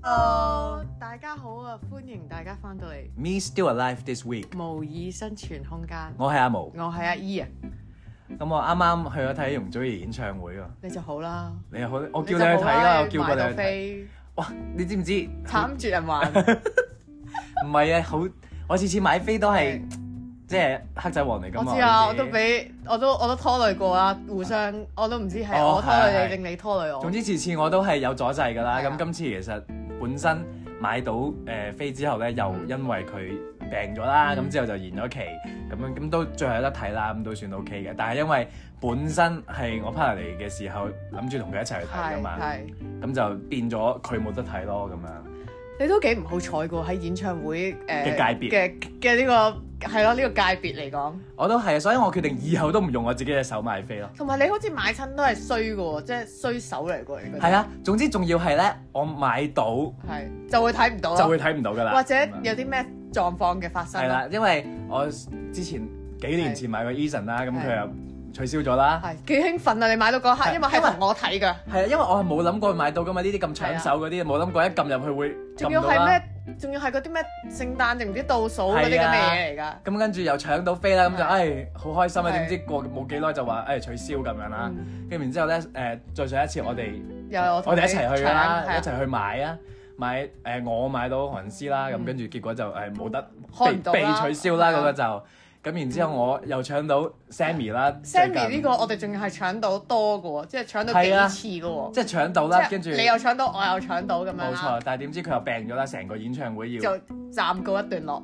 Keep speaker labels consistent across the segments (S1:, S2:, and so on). S1: 啊歡迎大家翻到嚟
S2: Me still alive this week。
S1: 無以生存空間。
S2: 我係阿毛，
S1: 我係阿 E 啊，
S2: 咁我啱啱去咗睇容祖兒演唱會喎。
S1: 你就好啦。
S2: 你又好，我
S1: 我
S2: 叫你去睇㗎，我叫過你去睇。
S1: 飛，
S2: 哇！你知唔知？
S1: 慘絕人寰。
S2: 唔係啊，好，我次次買飛都係
S1: 係
S2: 即係黑仔王嚟㗎
S1: 我
S2: 嘛。
S1: 知啊，我
S2: 已經
S1: 都。俾我都我都拖累過啦，互相我都唔知係
S2: 哦
S1: 我拖累
S2: 係係
S1: 你定你拖累我。
S2: 總之次次我都係有阻滯㗎啦。
S1: 係啊
S2: 咁今次其實本身買到誒飛之後咧，又因為佢病咗啦，
S1: 嗯
S2: 咁之後就延咗期，咁樣咁都最後有得睇啦，咁都算 OK 嘅。但係因為本身係我 partner 嚟嘅時候，諗住同佢一齊去睇㗎
S1: 係
S2: 嘛。
S1: 係，
S2: 咁啊就變咗佢冇得睇咯，咁樣
S1: 你都幾唔好彩過喺演唱會誒
S2: 嘅界別
S1: 嘅嘅呢個係咯呢個界別嚟講。
S2: 我都係，所以我決定以後都唔用我自己嘅手買飛咯。
S1: 同埋你好似買親都係衰嘅喎，即係衰手嚟嘅喎，你覺得
S2: 係啊，總之仲要係咧，我買到
S1: 係就會睇唔到
S2: 就
S1: 啦，
S2: 會睇唔到噶啦。
S1: 或者
S2: 咁樣
S1: 有啲啊咩狀況嘅發生
S2: 係
S1: 啦，
S2: 啦，因為我之前幾年前買過 Eason 啦，咁
S1: 係
S2: 佢又取消咗啦。
S1: 係幾興奮啊！你買到嗰刻，
S2: 係
S1: 因為係同我睇 㗎，
S2: 係啊，因為我係冇諗過會買到噶嘛，呢啲咁搶手嗰啲冇諗過一撳入去會
S1: 仲
S2: 撳
S1: 要
S2: 到
S1: 係
S2: 啦。
S1: 咩？仲要係嗰啲咩聖誕定唔知倒數嗰啲咁嘅嘢嚟㗎。
S2: 咁跟住又搶到飛啦，咁
S1: 係
S2: 就唉好開心啊！
S1: 係
S2: 點知過冇幾耐就話唉取消咁樣啦。
S1: 嗯
S2: 跟住然之後咧誒，再上一次我哋。
S1: 又係我同
S2: 我
S1: 你
S2: 哋一齊
S1: 搶
S2: 去啦，
S1: 係
S2: 一齊去買啊！買誒、我買到韓詩啦，咁
S1: 嗯
S2: 跟住結果就誒冇得
S1: 開
S2: 被
S1: 唔到
S2: 被
S1: 啦
S2: 取消啦，
S1: 係啊嗯
S2: 嗰個就咁。然之後我又搶到 Sammy 啦
S1: Sammy 呢
S2: 最近
S1: 個我哋仲要係搶到多嘅喎，即係搶
S2: 係啊
S1: 到幾次嘅喎。
S2: 即係搶到
S1: 即
S2: 啦，
S1: 係
S2: 跟住
S1: 你又搶到，我又搶到咁樣
S2: 冇
S1: 啦，
S2: 錯，但係點知佢又病咗啦，成個演唱會要
S1: 就暫告一段落。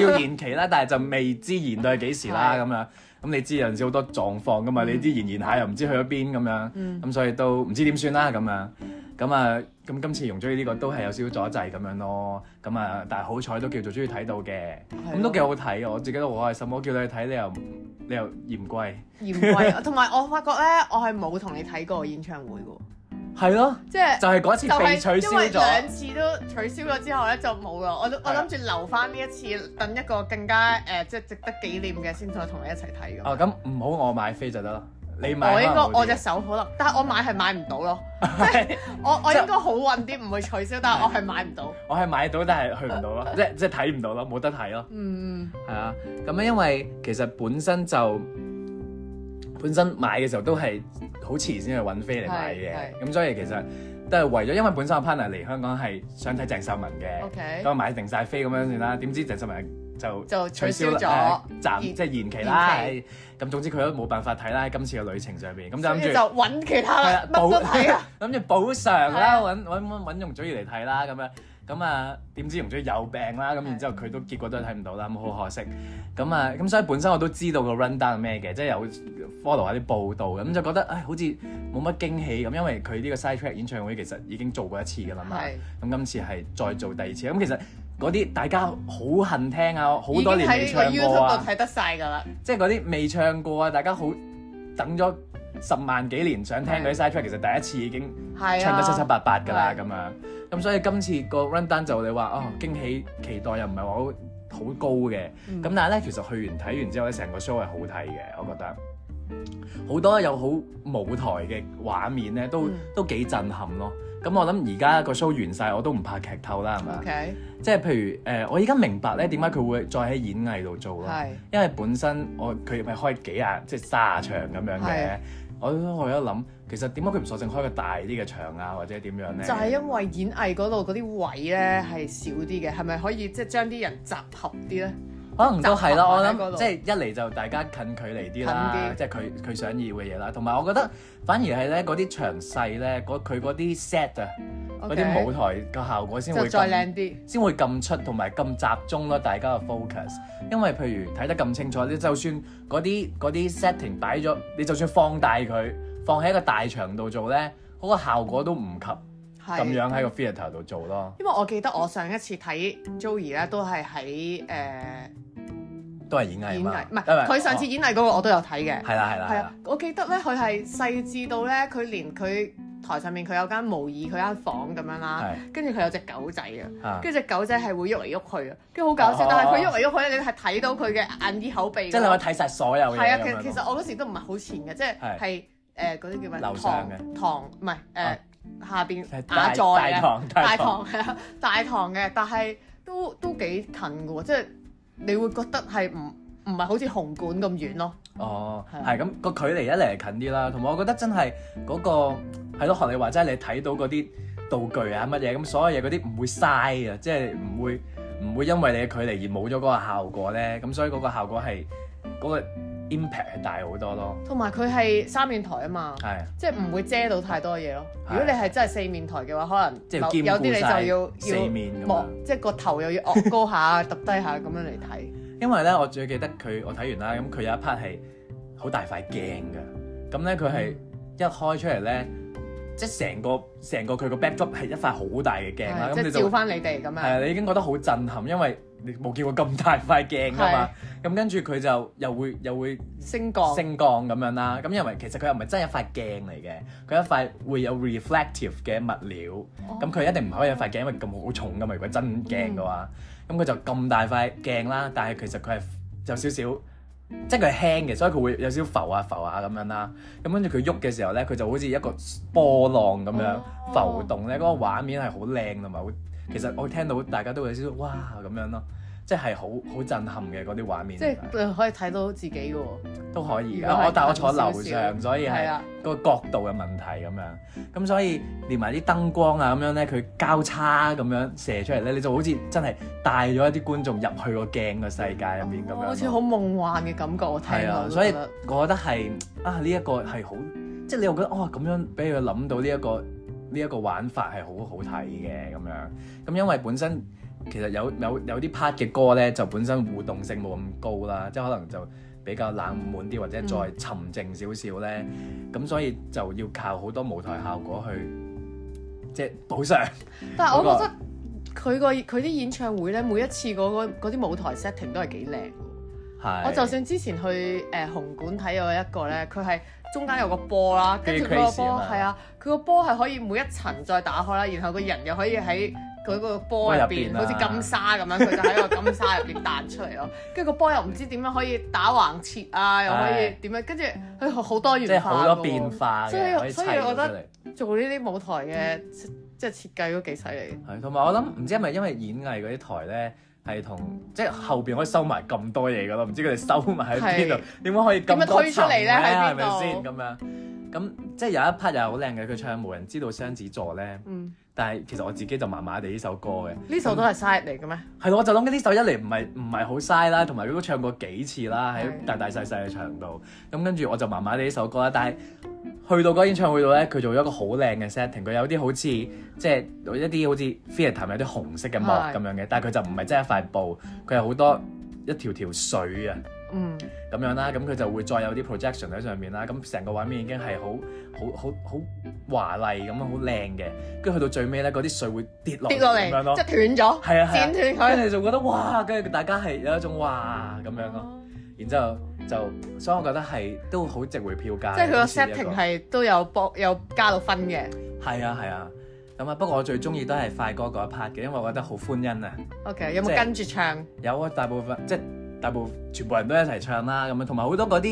S2: 要延期啦，但係就未知延到係幾時啦
S1: 係
S2: 咁樣。咁你知有陣時好多狀況噶嘛，
S1: 嗯
S2: 你啲延延下又唔知去咗邊咁樣，
S1: 嗯
S2: 咁所以都唔知點算啦咁樣。咁啊，咁今次容追呢個都係有少少阻滯咁樣咯。咁啊，但係好彩都叫做終於睇到嘅。咁都幾好睇啊！我自己都好開心。我叫你去睇，你又你又嫌貴，
S1: 嫌貴，啊同埋我發覺咧，我係冇同你睇過演唱會嘅喎，
S2: 係咯，
S1: 即係
S2: 就係嗰次
S1: 就
S2: 被
S1: 係
S2: 取消
S1: 因為
S2: 咗
S1: 兩。次都取消咗之後咧，就冇啦。我都我
S2: 係啊
S1: 諗住留翻呢一次，等一個更加誒、呃即係值得紀念嘅先再同你一齊睇咁。
S2: 哦，咁唔好我買飛就得咯，你買
S1: 我應該
S2: 可能好
S1: 我
S2: 啲
S1: 隻手可能，但係我買係買唔到 咯。我我應該好運啲，唔會取消，但係我係買唔到。
S2: 我係買到，但係去唔到咯，即即係睇唔到咯，冇得睇咯，
S1: 嗯，
S2: 係啊。咁樣因為其實本身就本身買嘅時候都係好遲先去揾飛嚟
S1: 係
S2: 買嘅，咁所以其實都係為咗，因為本身我 partner 嚟香港係想睇鄭秀文嘅。
S1: OK，
S2: 咁買定晒飛咁樣算啦，點知鄭秀文就
S1: 就取消咗
S2: 啦誒暫
S1: 延
S2: 即係延期啦。
S1: 延
S2: 係咁總之佢都冇辦法睇啦，喺今次嘅旅程上邊，咁就
S1: 所
S2: 諗
S1: 以
S2: 住
S1: 就揾其他
S2: 係
S1: 啦
S2: 啊，
S1: 乜都睇 啊。
S2: 諗住補償
S1: 係啊
S2: 啦，揾揾揾揾容祖兒嚟睇啦咁樣。咁啊，點知容祖兒有病啦，咁然之後佢都結果都係睇唔到啦，咁好可惜。咁啊，咁所以本身我都知道個 run down 係咩嘅，即係有 follow 下啲報道咁就覺得，唉，好似冇乜驚喜咁，因為佢呢個 side track 演唱會其實已經做過一次㗎啦嘛。
S1: 係
S2: 咁今次係再做第二次，咁其實嗰啲大家好恨聽啊，好
S1: 已
S2: 多
S1: 經
S2: 年未
S1: 喺個
S2: 唱過
S1: YouTube
S2: 啊
S1: 度，睇得晒㗎啦。
S2: 即係嗰啲未唱過啊，大家好等咗十萬幾年想聽嗰啲 side track，其實第一次已經
S1: 係啊，
S2: 唱得七七八八㗎啦，
S1: 係
S2: 咁樣咁所以今次個 run down 就你話哦驚喜期待又唔係話好好高嘅，咁、
S1: 嗯
S2: 但係咧其實去完睇完之後咧，成個 show 係好睇嘅，我覺得。好多有好舞台嘅畫面咧，都、
S1: 嗯
S2: 都幾震撼咯。咁我諗而家個 show 完晒，我都唔怕劇透啦，係咪
S1: OK，
S2: 即係譬如誒、呃我而家明白咧點解佢會再喺演藝度做咯，
S1: 係
S2: 因為本身我佢咪開幾廿即係卅場咁樣
S1: 係
S2: 嘅，我都我有諗，其實點解佢唔索性開個大啲嘅場啊，或者點樣咧？
S1: 就係因為演藝嗰度嗰啲位咧係少啲嘅，係咪可以即係將啲人集合啲咧？
S2: 可能都係啦，
S1: 集合
S2: 我
S1: 喺嗰
S2: 諗
S1: 度
S2: 即係一嚟就大家近距離啲啦，即
S1: 近嗯
S2: 係佢佢想要嘅嘢啦，同埋我覺得反而係咧嗰啲場細咧，嗰佢嗰啲 set 啊，嗰
S1: OK
S2: 啲舞台個效果先
S1: 就
S2: 會
S1: 再
S2: 咁
S1: 靚啲。
S2: 先會咁出同埋咁集中咯，大家嘅 focus。因為譬如睇得咁清楚，你就算嗰啲嗰啲 setting 擺咗，你就算放大佢，放喺一個大場度做咧，嗰、個效果都唔及
S1: 係
S2: 咁。樣喺個 theatre 度做咯，
S1: 因為我記得我上一次睇 Joey 咧，都係喺誒演
S2: 都係演藝嘛。
S1: 藝，唔係
S2: 啊因為
S1: 佢上次
S2: 哦
S1: 演藝嗰個我都有睇嘅。
S2: 係啦係啦係
S1: 係
S2: 啦
S1: 啊，，我記得咧佢係細緻到咧，佢連佢台上面佢有間模擬佢間房咁樣啦，
S2: 係
S1: 跟住佢有隻狗仔啊。
S2: 啊，
S1: 跟住只狗仔係會喐嚟喐去啊，跟住好搞笑，
S2: 哦
S1: 但係佢喐嚟喐去咧，你係睇到佢嘅眼耳口鼻㗎。
S2: 即係你可以睇晒所有嘢。
S1: 係啊，其其
S2: 實
S1: 實我嗰時都唔係好前嘅，即係
S2: 係
S1: 係誒嗰啲叫咩？
S2: 樓上
S1: 堂
S2: 嘅
S1: 堂唔係誒
S2: 啊
S1: 下邊
S2: 係
S1: 雅
S2: 大
S1: 座嚟
S2: 大
S1: 嘅
S2: 堂
S1: 大
S2: 大
S1: 堂係啊大堂嘅，但係都都幾近嘅喎，即係你會覺得係唔唔係好似紅館咁遠咯？
S2: 哦，
S1: 係啊
S2: 係咁個距離一嚟係近啲啦，同埋我覺得真係嗰、個係咯，學你話齋，你睇到嗰啲道具啊乜嘢咁，所有嘢嗰啲唔會嘥啊，即係唔會唔會因為你嘅距離而冇咗嗰個效果咧，咁所以嗰個效果係嗰、個 impact 係大好多咯，
S1: 同埋佢係三面台啊嘛，
S2: 係
S1: 即係唔會遮到太多嘢咯。
S2: 係
S1: 如果你係真係四面台嘅話，可能
S2: 即係
S1: 某
S2: 兼
S1: 有啲你就要
S2: 顧晒四面咁
S1: 要
S2: 樣
S1: 望，即係個頭又要昂高下、 揼低下咁樣嚟睇。
S2: 因為咧我最記得佢我睇完啦，咁佢有一 part 係好大塊鏡㗎，咁咧佢係
S1: 嗯
S2: 一開出嚟咧，即係成個成個佢個 backdrop 係一塊好大嘅鏡啦，
S1: 係即
S2: 咁你
S1: 係
S2: 就
S1: 照。翻你哋咁
S2: 係
S1: 樣。
S2: 啊，你已經覺得好震撼，因為你冇見過咁大塊鏡噶嘛。咁跟住佢就又會又會
S1: 升降
S2: 升降咁樣啦。咁因為其實佢又唔係真係一塊鏡嚟嘅，佢一塊會有 reflective 嘅物料。
S1: 哦
S2: 咁佢、一定唔可以有塊鏡，因為咁好重噶嘛。如果真鏡嘅話，咁
S1: 嗯
S2: 佢、就咁大塊鏡啦。但係其實佢係有少少。即係佢係輕嘅，所以佢會有少少浮下浮下咁樣啦。咁跟住佢喐嘅時候咧，佢就好似一個波浪咁樣
S1: 哦
S2: 浮動咧。嗰、個畫面係好靚同埋好，其實我聽到大家都會有少少哇咁樣咯，即係好好震撼嘅嗰啲畫面
S1: 即。係你可以睇到自己嘅喎。
S2: 都可以
S1: 如
S2: 嘅。
S1: 果係
S2: 嗯啊我但我坐
S1: 近少少
S2: 樓上，所以
S1: 係啊
S2: 係
S1: 啦
S2: 個角度嘅問題咁樣。咁所以連埋啲燈光啊咁樣咧，佢交叉咁樣射出嚟咧，你就好似真係帶咗一啲觀眾入去個鏡個世界入面咁樣咯。
S1: 好似好夢幻嘅感覺，我聽
S2: 係
S1: 到
S2: 啊，
S1: 都
S2: 所以
S1: 覺得
S2: 我覺得係啊呢一個係好，即係你又覺得哦咁樣俾佢諗到呢一個呢一個玩法係好好睇嘅咁樣。咁因為本身其實有有有啲 part 嘅歌咧，就本身互動性冇咁高啦，即係可能就比較冷門啲或者再
S1: 嗯
S2: 沉靜少少咧。咁、所以就要靠好多舞台效果去即係補償。
S1: 但係
S2: 嗰個
S1: 我覺得佢個佢啲演唱會咧，每一次嗰個嗰啲舞台 setting 都係幾靚嘅喎。
S2: 係嗯
S1: 我就算之前去誒、呃、紅館睇有一個咧，佢係中間有個波啦，跟住佢個
S2: Crazy 啊
S1: 波
S2: 嘛
S1: 係啊，佢個波係可以每一層再打開啦，然後個人又可以喺佢個波入邊，
S2: 波
S1: 好
S2: 入邊啊
S1: 似金沙咁樣，佢就喺個金沙入邊彈出嚟 咯。跟住個波又唔知點樣可以打橫切啊，又可以
S2: 係
S1: 點樣，跟住佢好多
S2: 即係
S1: 元化
S2: 好
S1: 㗎
S2: 多
S1: 喎
S2: 變化
S1: 所以
S2: 嘅，可以砌
S1: 所以我覺
S2: 到出
S1: 得
S2: 嚟。
S1: 做呢啲舞台嘅設即係設計都幾犀利。
S2: 係，同埋我諗唔知係咪因為演藝嗰啲台咧係同即係後邊可以收埋咁多嘢噶咯，唔知佢哋收埋喺邊度，點解可以
S1: 點樣
S2: 咁多
S1: 推出嚟咧
S2: 層
S1: 喺邊
S2: 係
S1: 度
S2: 咪先咁樣？咁即係有一 part 又係好靚嘅，佢唱無人知道雙子座咧，
S1: 嗯，
S2: 但係其實我自己就麻麻地呢首歌嘅。
S1: 呢首都係 side 嚟嘅咩？
S2: 係咯，我就諗緊呢首一嚟唔係唔係好嘥啦，同埋佢都唱過幾次啦，喺
S1: 係啊
S2: 大大細細嘅場度。咁跟住我就麻麻地呢首歌啦，但係去到嗰演唱會度咧，佢做咗一個好靚嘅 setting，佢有啲好似即係有一啲好似 theatre 有啲紅色嘅幕
S1: 係
S2: 咁樣嘅，但係佢就唔係真係一塊布，佢係好多一條條水啊。
S1: 嗯，
S2: 咁樣啦，咁佢就會再有啲 projection 喺上面啦，咁成個畫面已經係好好好好華麗咁樣，好靚嘅，跟住去到最尾咧，嗰啲水會跌落
S1: 跌落
S2: 哦咁樣
S1: 嚟
S2: 咯
S1: 即，係斷咗，
S2: 係啊係啊
S1: 剪斷佢
S2: 跟。住就覺得哇，跟住大家係有一種哇咁樣
S1: 哦
S2: 咯，然之後就，所以我覺得係都好值回票價嘅。
S1: 即係佢個
S2: 好啊似呢一
S1: setting 係都有博有加到分嘅。
S2: 係啊係啊，咁啊不過我最中意都係快歌嗰一 part 嘅，因為我覺得好歡欣啊，
S1: OK，有
S2: 即
S1: 冇
S2: 係
S1: 跟住唱？
S2: 有啊大部分即係大部分全部人都一齊唱啦，咁啊樣同埋好多嗰啲，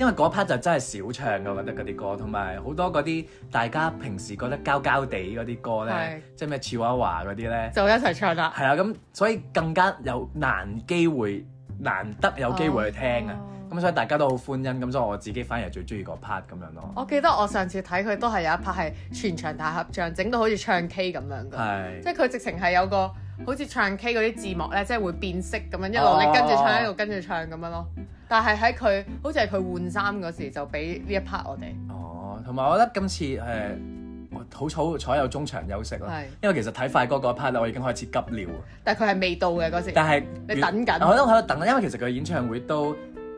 S2: 因為嗰 part 就真係少唱嘅，我覺得嗰啲歌，同埋好多嗰啲大家平時覺得膠膠地嗰啲歌咧
S1: 係，
S2: 即係咩潮娃娃嗰啲咧。
S1: 就一齊唱啦。
S2: 係啊，咁所以更加有難機會，難得有機會
S1: 哦
S2: 去聽啊。咁、所以大家都好歡欣，咁所以我自己反而係最中意嗰 part 咁樣咯。
S1: 我記得我上次睇佢都係有一 part 係全場大合唱，整到好似唱 K 咁樣㗎。
S2: 係
S1: 即係佢直情係有個好似唱 K 嗰啲字幕咧，即係會變色咁樣，一
S2: 哦
S1: 路你跟住唱，一路跟住唱咁樣咯。但係喺佢好似係佢換衫嗰時就俾呢一 part 我哋。
S2: 哦，同埋我覺得今次誒、呃我好彩彩有中場休息啦
S1: 係，
S2: 因為其實睇快歌嗰 part 咧，我已經開始急尿啊。
S1: 但係佢係未到嘅嗰時，
S2: 但係
S1: 你等緊
S2: 我都喺度等，因為其實佢演唱會都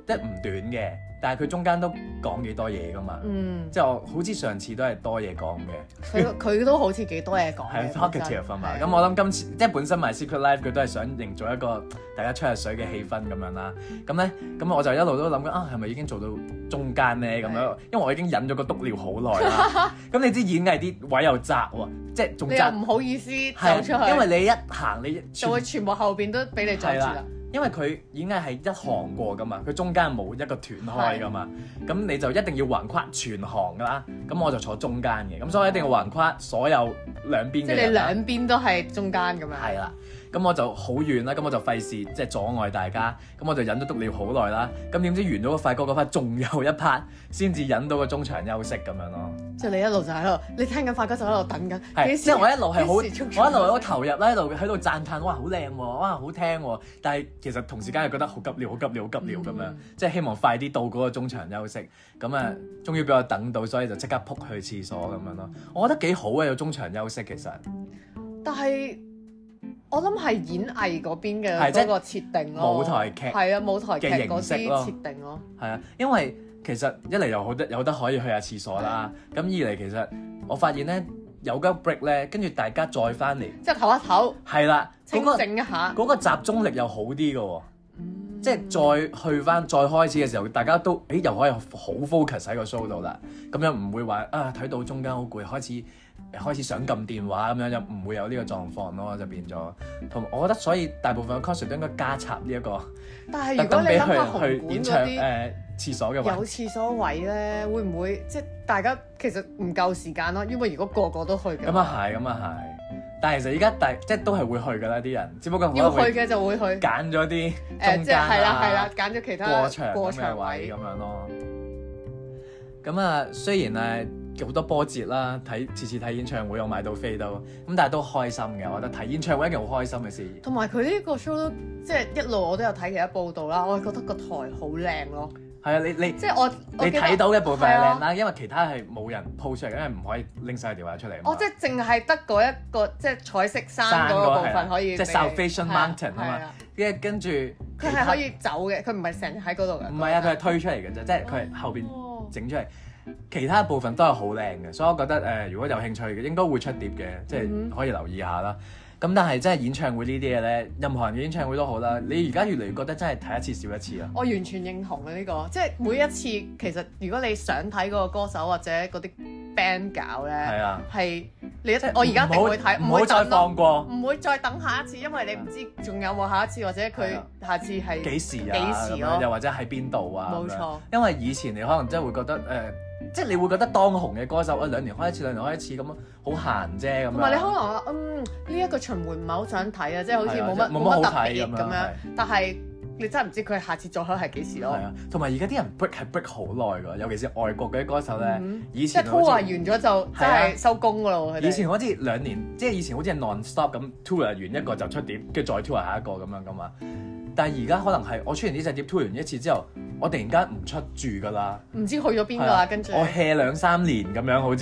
S2: 即係唔短嘅，但係佢中間都講幾多嘢噶嘛。
S1: 嗯，
S2: 即係我好似上次都係多嘢講嘅。
S1: 佢 佢都好似幾多嘢講嘅
S2: 係 talkative 啊嘛，
S1: 係
S2: 咁我諗今次即係本身 My Secret Life 佢都係想營造一個大家吹下水嘅氣氛咁樣啦。咁咧，咁我就一路都諗緊啊，係咪已經做到中間咧咁樣
S1: 係？
S2: 因為我已經忍咗個督尿好耐 啦。咁你知演藝啲位又窄喎，即係仲
S1: 你又
S2: 窄，
S1: 唔好意思走出
S2: 係
S1: 去，
S2: 因為你一行你
S1: 就會全部後邊都俾你阻住
S2: 係啦
S1: 啦。，
S2: 因為佢演藝係一行過噶嘛，佢中間冇一個斷開噶嘛，咁你就一定要橫跨全行噶啦。咁我就坐中間嘅，咁所以一定要橫跨所有兩邊
S1: 即
S2: 嘅
S1: 係你
S2: 人啦
S1: 兩邊都係中間咁樣。
S2: 係啦，咁咁我就好遠啦，咁我就費事即係阻礙大家，咁我就忍咗督尿好耐啦。咁點知完咗個塊哥嗰 part 仲有一 part，先至忍到個中場休息咁樣咯。
S1: 即係你一路就喺度，你聽緊發哥就喺度等緊，
S2: 係，
S1: 幾時？
S2: 即係我一路係好，
S1: 幾時出
S2: 我一路好投入啦，一路喺度讚歎，哇好靚喎，哇好聽喎，但係其實同時間又覺得好急尿，好急尿，好急尿咁樣
S1: 嗯，
S2: 即係希望快啲到嗰個中場休息，咁啊，終於俾我等到，所以就即刻撲去廁所咁樣咯。我覺得幾好啊，有中場休息其實
S1: 但係我諗係演藝嗰邊
S2: 係
S1: 嘅
S2: 即係
S1: 嗰個設定咯，
S2: 舞台劇
S1: 係啊，舞台劇
S2: 嘅
S1: 嗰
S2: 形式
S1: 啲
S2: 咯
S1: 設定咯，
S2: 係啊，因為其實一嚟又好得有得可以去下廁所啦，咁二嚟其實我發現咧有間 break 咧，跟住大家再翻嚟，
S1: 即係唞一唞，
S2: 係啦，嗰
S1: 清
S2: 個
S1: 靜一下。
S2: 嗰個集中力又好啲嘅喎。
S1: 嗯
S2: 即係再去翻再開始嘅時候，大家都誒又可以好 focus 喺個 show 度啦，咁樣唔會話啊睇到中間好攰，開始開始想撳電話咁樣，就唔會有呢個狀況咯，就變咗。同埋我覺得，所以大部分嘅 concert 都應該加插呢、一個
S1: 但係
S2: 特
S1: 如果
S2: 登
S1: 你
S2: 俾
S1: 諗下紅
S2: 佢去
S1: 館
S2: 演唱
S1: 嗰
S2: 誒、
S1: 啲
S2: 廁所嘅話
S1: 有，廁所位咧，會唔會即係大家其實唔夠時間咯？因為如果個個都去嘅
S2: 咁
S1: 話，
S2: 啊係，咁啊係。但係其實依家大即係都係會去㗎啦，啲人，只不過可
S1: 要
S2: 能
S1: 去
S2: 會
S1: 嘅就會去，
S2: 揀咗啲
S1: 誒即係
S2: 中間
S1: 係啦係
S2: 啊
S1: 啦，。揀咗其他
S2: 過場
S1: 過
S2: 咁嘅
S1: 場
S2: 位
S1: 位
S2: 咁。樣咯。咁啊，雖然誒好多波折啦，睇次次睇演唱會我買到飛都，咁但係都開心嘅。我覺得睇演唱會一件好開心嘅事。
S1: 同埋佢呢個 show 都即係一路我都有睇其他報道啦，我係覺得個台好靚咯，
S2: 係啊，你你
S1: 即係我我
S2: 你
S1: 記得
S2: 睇到嘅部分係
S1: 係啊
S2: 靚啦，因為其他係冇人 po 出嚟，因為唔可以拎晒電話出嚟啊嘛。
S1: 我即係淨係得嗰一個即係彩色山嗰
S2: 山嗰個
S1: 個部
S2: 係啊
S1: 分可以
S2: 即
S1: 俾
S2: 係
S1: 你，
S2: Salvation
S1: 係啊
S2: Mountain 啊嘛，
S1: 係
S2: 跟住跟住
S1: 佢
S2: 其
S1: 係
S2: 他
S1: 可以走嘅，佢唔係成日喺嗰度嘅。
S2: 唔係啊，佢係推出嚟嘅啫，即係佢係後邊
S1: 哦
S2: 整出嚟。其他部分都係好靚嘅，所以我覺得誒、呃如果有興趣嘅，應該會出碟嘅，即係
S1: 嗯
S2: 可以留意下啦。咁但係真係演唱會呢啲嘢咧，任何人嘅演唱會都好啦。你而家越嚟越覺得真係睇一次少一次啊！
S1: 我完全認同嘅呢、個，即係每一次其實如果你想睇嗰個歌手或者嗰啲 band 搞
S2: 係
S1: 咧，
S2: 啊，
S1: 係你一定嗯我而家一定會睇，
S2: 唔
S1: 唔
S2: 好
S1: 會
S2: 再
S1: 等咯，
S2: 放過
S1: 唔會再等下一次，因為你唔知仲有冇下一次，或者
S2: 係
S1: 佢
S2: 啊
S1: 下次係
S2: 幾時啊？
S1: 幾時
S2: 咁樣又
S1: 咯，
S2: 或者喺邊度啊？
S1: 冇
S2: 咁樣
S1: 錯。
S2: 因為以前你可能真係會覺得誒、呃即係你會覺得當紅嘅歌手啊，兩年開一次，兩年開一次咁好閒啫咁樣。
S1: 同埋你可能話嗯呢一個巡迴唔係好想睇啊，即係好似
S2: 係啊
S1: 冇
S2: 即係
S1: 乜
S2: 冇乜
S1: 冇乜特
S2: 好睇咁
S1: 別
S2: 樣
S1: 咁
S2: 係
S1: 樣，但係你真係唔知佢下次再開係幾時
S2: 係
S1: 咯。
S2: 啊，同埋而家啲人 break 係 break 好耐㗎，尤其是外國嗰啲歌手咧，
S1: 嗯
S2: 以
S1: 即係 tour
S2: 前好
S1: 完
S2: 似
S1: 咗就真
S2: 係啊
S1: 係收工噶咯喎，佢
S2: 以
S1: 哋。
S2: 前好似兩年，即係以前好似係 non stop 咁 tour 完一個就出碟，跟住再 tour 下一個咁樣噶嘛。但係而家可能係我出完呢隻碟 tour 完一次之後，我突然間唔出住㗎啦，
S1: 唔知去咗邊個
S2: 係啊
S1: 啦，跟住
S2: 我 hea 兩三年咁樣好似，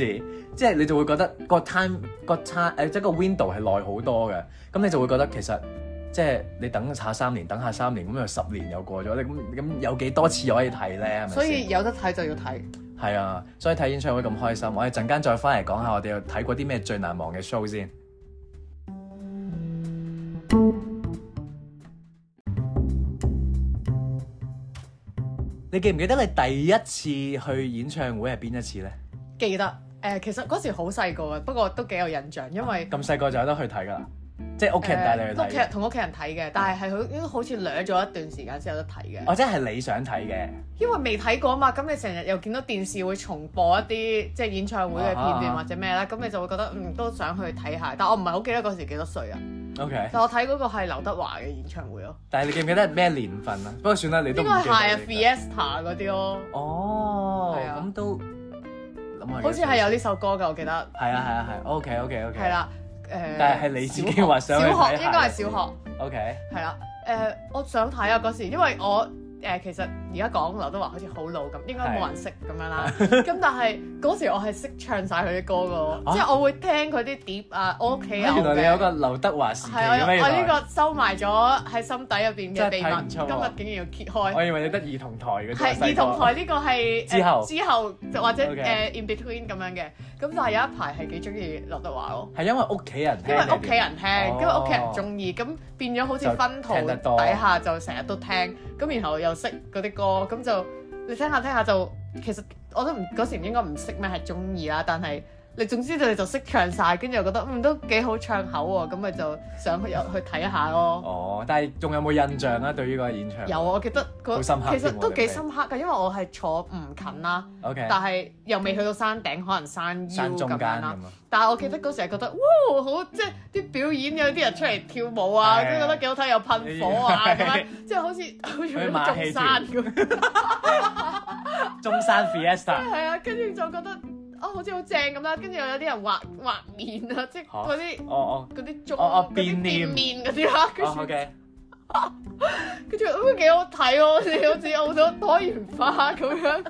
S2: 即係你就會覺得個 time 個差誒，即係個 window 係耐好多嘅，咁你就會覺得其實。即係你等下三年，等下三年，咁又十年又過咗，你咁咁有幾多次可以睇咧？係咪先
S1: 所以有得睇就要睇。
S2: 係啊，所以睇演唱會咁開心，我哋陣間再翻嚟講下我哋有睇過啲咩最難忘嘅 show 先。你記唔記得你第一次去演唱會係邊一次呢？
S1: 記得誒、其實嗰時好細個嘅，不過都幾有印象，因為
S2: 啊咁細個就有得去睇㗎啦，即係屋企人帶你去
S1: 呃誒屋企人
S2: 睇，
S1: 同屋企人睇嘅，但係係佢應該好似掠咗一段時間先有得睇嘅，
S2: 或者哦係你想睇嘅。
S1: 因為未睇過啊嘛。咁你成日又見到電視會重播一啲即係演唱會嘅片
S2: 啊啊
S1: 段或者咩啦，咁你就會覺得嗯都想去睇下。但我唔係好記得嗰時幾多歲啊，
S2: 嗯 OK，
S1: 但我睇嗰個係劉德華嘅演唱會咯，
S2: 但係你記唔記得係咩年份啊？不過算啦，你都
S1: 應
S2: 唔
S1: 該
S2: 記得
S1: 係啊
S2: 你
S1: Fiesta 嗰啲咯，
S2: 哦，
S1: 係啊
S2: 咁都諗下
S1: 好似係有呢首歌嘅，我記得
S2: 係啊係啊係，OK OK OK，
S1: 係啦。誒，
S2: 但係係你自己話想去
S1: 小
S2: 睇
S1: 學
S2: 下
S1: 應該係小學。
S2: ，OK，
S1: 係啦，誒、我想睇啊嗰時，因為我誒、其實而家講劉德華好似好老咁，應該冇人識咁樣啦。咁但係嗰時我係識唱晒佢啲歌噶
S2: 啊
S1: 喎，即係我會聽佢啲碟啊，我屋企有嘅。
S2: 哎原來你有個劉德華時期
S1: 係啊
S2: 嘅咩？
S1: 我有我
S2: 原來
S1: 呢個收埋咗喺心底入邊嘅
S2: 真係
S1: 秘
S2: 睇
S1: 密，
S2: 唔出
S1: 今
S2: 喎
S1: 日竟然要揭
S2: 我
S1: 開。
S2: 以為你得兒童台啊嘅啫，
S1: 係兒童台呢個係
S2: 之後
S1: 誒之後就或者
S2: OK
S1: 誒 in between 咁樣嘅，咁但係有一排係幾中意劉德華咯。
S2: 細個，係因為屋企人聽
S1: 因
S2: 你
S1: 為
S2: 哋，
S1: 屋企人聽，
S2: 哦
S1: 因為屋企人中意，咁變咗好似分
S2: 就
S1: 途
S2: 聽得多
S1: 底下就成日都聽，咁然後又識嗰啲歌，咁就你聽下聽下就其實我都唔嗰時應該唔識咩係中意啦，但係你總之你就識唱晒，跟住又覺得嗯都幾好唱口喎，咁咪就想去入去睇下咯。
S2: 哦，但係仲有冇印象啊？對於個演唱
S1: 有啊，我記得嗰
S2: 好深刻添
S1: 其實都
S2: 喎
S1: 幾
S2: 咁
S1: 深刻㗎，因為我係坐唔近啦，
S2: ，OK，
S1: 但係又未去到山頂，可能山腰
S2: 山中
S1: 咁
S2: 間
S1: 樣
S2: 咁
S1: 啦
S2: 啊。，
S1: 但係我記得嗰時係覺得，哇，好即係啲表演有啲人出嚟跳舞啊，
S2: 係
S1: 都覺得幾好睇，有噴火啊
S2: 係
S1: 咁樣，即係好似好似
S2: 去馬
S1: 中
S2: 戲
S1: 山咁。
S2: 中山 Fiesta
S1: 係啊，跟住就覺得啊，好似好正咁啦，跟住又有啲人畫畫面啊，即係
S2: 嚇
S1: 嗰啲。
S2: 哦哦
S1: 嗰啲中
S2: 哦哦
S1: 嗰
S2: 變
S1: 啲
S2: 臉
S1: 變面嗰啲啦，跟
S2: 哦
S1: 住
S2: ，OK，
S1: 跟住都幾好睇喎，好似好似好多多元化咁樣。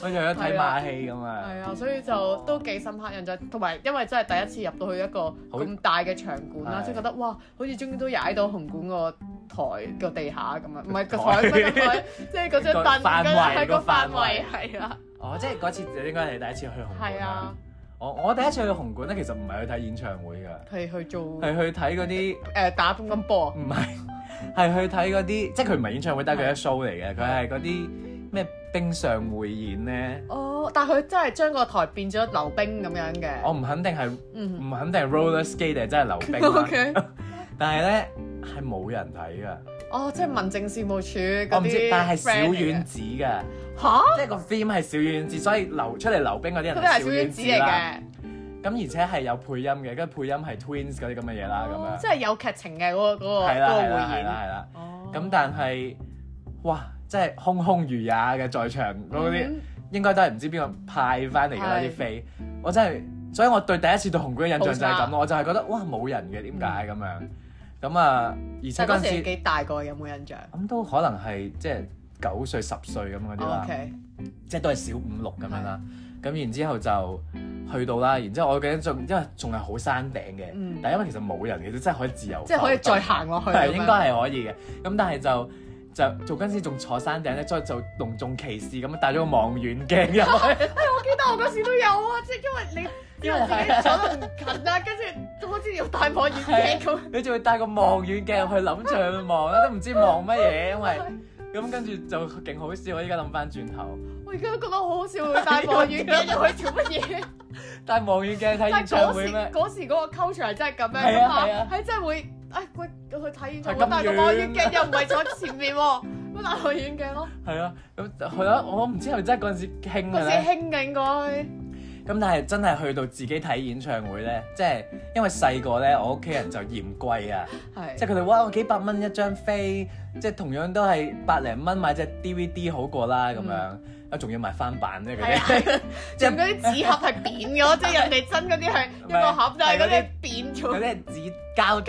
S2: 我仲有睇馬戲咁啊，
S1: 係啊，所以就都幾深刻印象，同埋因為真係第一次入到去一個
S2: 好
S1: 咁大嘅場館啦，
S2: 係
S1: 即係覺得哇，好似終於都踩到紅館個台個地下咁啊，唔係個台唔
S2: 台
S1: 係個台， 即係嗰張凳
S2: 個範
S1: 跟住
S2: 圍
S1: 係
S2: 個
S1: 個範
S2: 範
S1: 圍
S2: 圍
S1: 係啦，
S2: 哦，即係嗰次就應該係你第一次去紅館
S1: 係啊
S2: 啦。，我我第一次去紅館咧，其實唔係去睇演唱會㗎，
S1: 係去做
S2: 係去睇嗰啲。
S1: 誒打乒乓波啊，
S2: 唔係，係 去睇嗰啲，即係佢唔係演唱會，但係佢係 show 嚟嘅，佢係嗰啲咩冰上匯演咧。
S1: 哦，但係佢真係將個台變咗溜冰咁樣嘅，
S2: 我唔肯定係
S1: 嗯
S2: 唔肯定係 roller skate 定係真係溜冰 啦
S1: ，OK。
S2: 但係咧係冇人睇噶，
S1: 哦，即係民政事務處嗰
S2: 我唔
S1: 啲
S2: 知，但係小
S1: friend 嚟嘅
S2: 丸子㗎，
S1: 吓，
S2: 即係個 theme 係小丸子，所以流出嚟溜冰嗰啲
S1: 佢
S2: 人
S1: 都係小
S2: 係小
S1: 丸
S2: 丸
S1: 子
S2: 子
S1: 嚟
S2: 啦。
S1: 嘅，
S2: 咁而且係有配音嘅，跟住配音係 twins 嗰啲咁嘅嘢啦，
S1: 哦
S2: 啊咁
S1: 即
S2: 樣
S1: 係有劇情嘅嗰個嗰個
S2: 係
S1: 嗰
S2: 啦
S1: 哦個
S2: 係
S1: 匯
S2: 啦係啦
S1: 演。
S2: 係啦。
S1: 哦
S2: 咁但係，哇！真係空空如也嘅在場嗰啲，
S1: 嗯
S2: 應該都係唔知邊個派翻嚟㗎啦
S1: 係
S2: 啲飛。我真係，所以我對第一次對紅館嘅印象就係
S1: 好
S2: 咁
S1: 差
S2: 咯。我就係覺得哇冇人嘅，點解咁樣？咁啊，而且
S1: 但係嗰
S2: 嗰
S1: 時
S2: 陣
S1: 你
S2: 時
S1: 幾大個，有冇印象
S2: 咁都可能係即係九歲十歲咁嗰啲
S1: 哦
S2: 啦，
S1: ？OK，
S2: 即係都係小五六咁樣啦。咁然之後就去到啦，然之後我記得仲因為仲係好山頂嘅，
S1: 嗯
S2: 但係因為其實冇人，其實真係可以自由
S1: 即係可以
S2: 浮動
S1: 再行落去。
S2: 係應該
S1: 係。
S2: 係可以嘅。咁但係就就做嗰陣時仲坐山頂咧，所以就隆重其事咁樣帶咗個望遠鏡入去。
S1: 哎我記得我嗰時都有啊，即係因為 你因為自己坐得唔近啦，跟住好似要戴望遠鏡咁。
S2: 你仲要帶個望遠鏡入去諗住去望啦，都唔知望乜嘢，因為 咁跟住就勁好笑。我依家諗翻轉頭，
S1: 我而家都覺得好好笑，會戴望 遠鏡入去做乜嘢？
S2: 帶望遠鏡睇
S1: 但
S2: 啊
S1: 係
S2: 演
S1: 嗰
S2: 唱
S1: 時
S2: 會咩？
S1: 嗰時嗰個 culture 係真係咁樣
S2: 係
S1: 噶
S2: 啊
S1: 嘛
S2: 係啊，
S1: 係真係會，唉，喂，去睇演唱
S2: 係
S1: 會，
S2: 咁
S1: 但係
S2: 遠
S1: 個望遠鏡又唔係坐前面喎，咁戴望遠鏡咯，
S2: 係啊，咁係啊，我唔知係咪真係嗰陣時
S1: 嗰
S2: 興嘅
S1: 時
S2: 咧。
S1: 興嘅應該，
S2: 咁但係真係去到自己睇演唱會咧，即係因為細個咧，我屋企人就嫌貴啊。即
S1: 係
S2: 係佢哋哇幾百蚊一張飛，即係同樣都係百零蚊買隻 DVD 好過啦咁樣，啊仲要買翻版咧嗰
S1: 係啊
S2: 啲，
S1: 係啊，
S2: 即
S1: 仲
S2: 係
S1: 嗰啲紙盒係扁嘅，即係人哋真嗰啲係一個盒，但係嗰啲係扁
S2: 嗰
S1: 咗。
S2: 啲係紙
S1: 膠
S2: 膠
S1: 紙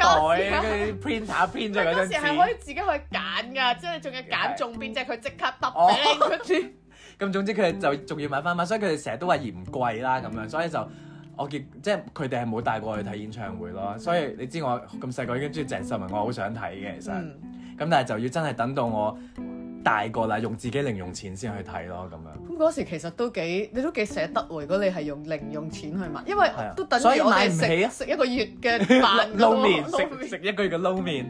S2: 袋
S1: 啊
S2: 跟住 print 下 print 咗嗰
S1: 嗰
S2: 張
S1: 時係可以
S2: 紙，
S1: 自己去揀噶，即係你仲要揀中邊只，佢即刻得
S2: 哦
S1: 俾 你嗰啲。
S2: 咁總之佢哋就仲要買翻版，所以佢哋成日都話嫌貴啦咁
S1: 嗯
S2: 樣，所以就。我結即係佢哋係冇帶過我去睇演唱會
S1: 嗯
S2: 咯，所以你知我咁細個已經中意鄭秀文，我好想睇嘅其實，咁、
S1: 嗯，
S2: 但係就要真係等到我大個啦，用自己零用錢先去睇咯咁樣。
S1: 咁嗰時其實都幾，你都幾捨得喎。如果你係用零用錢去買，因為
S2: 係啊
S1: 都等
S2: 所
S1: 於
S2: 以
S1: 我哋
S2: 買唔起啊
S1: 食食一個月嘅 飯㗎
S2: 撈
S1: 喎
S2: 麵食食一個月嘅撈麵，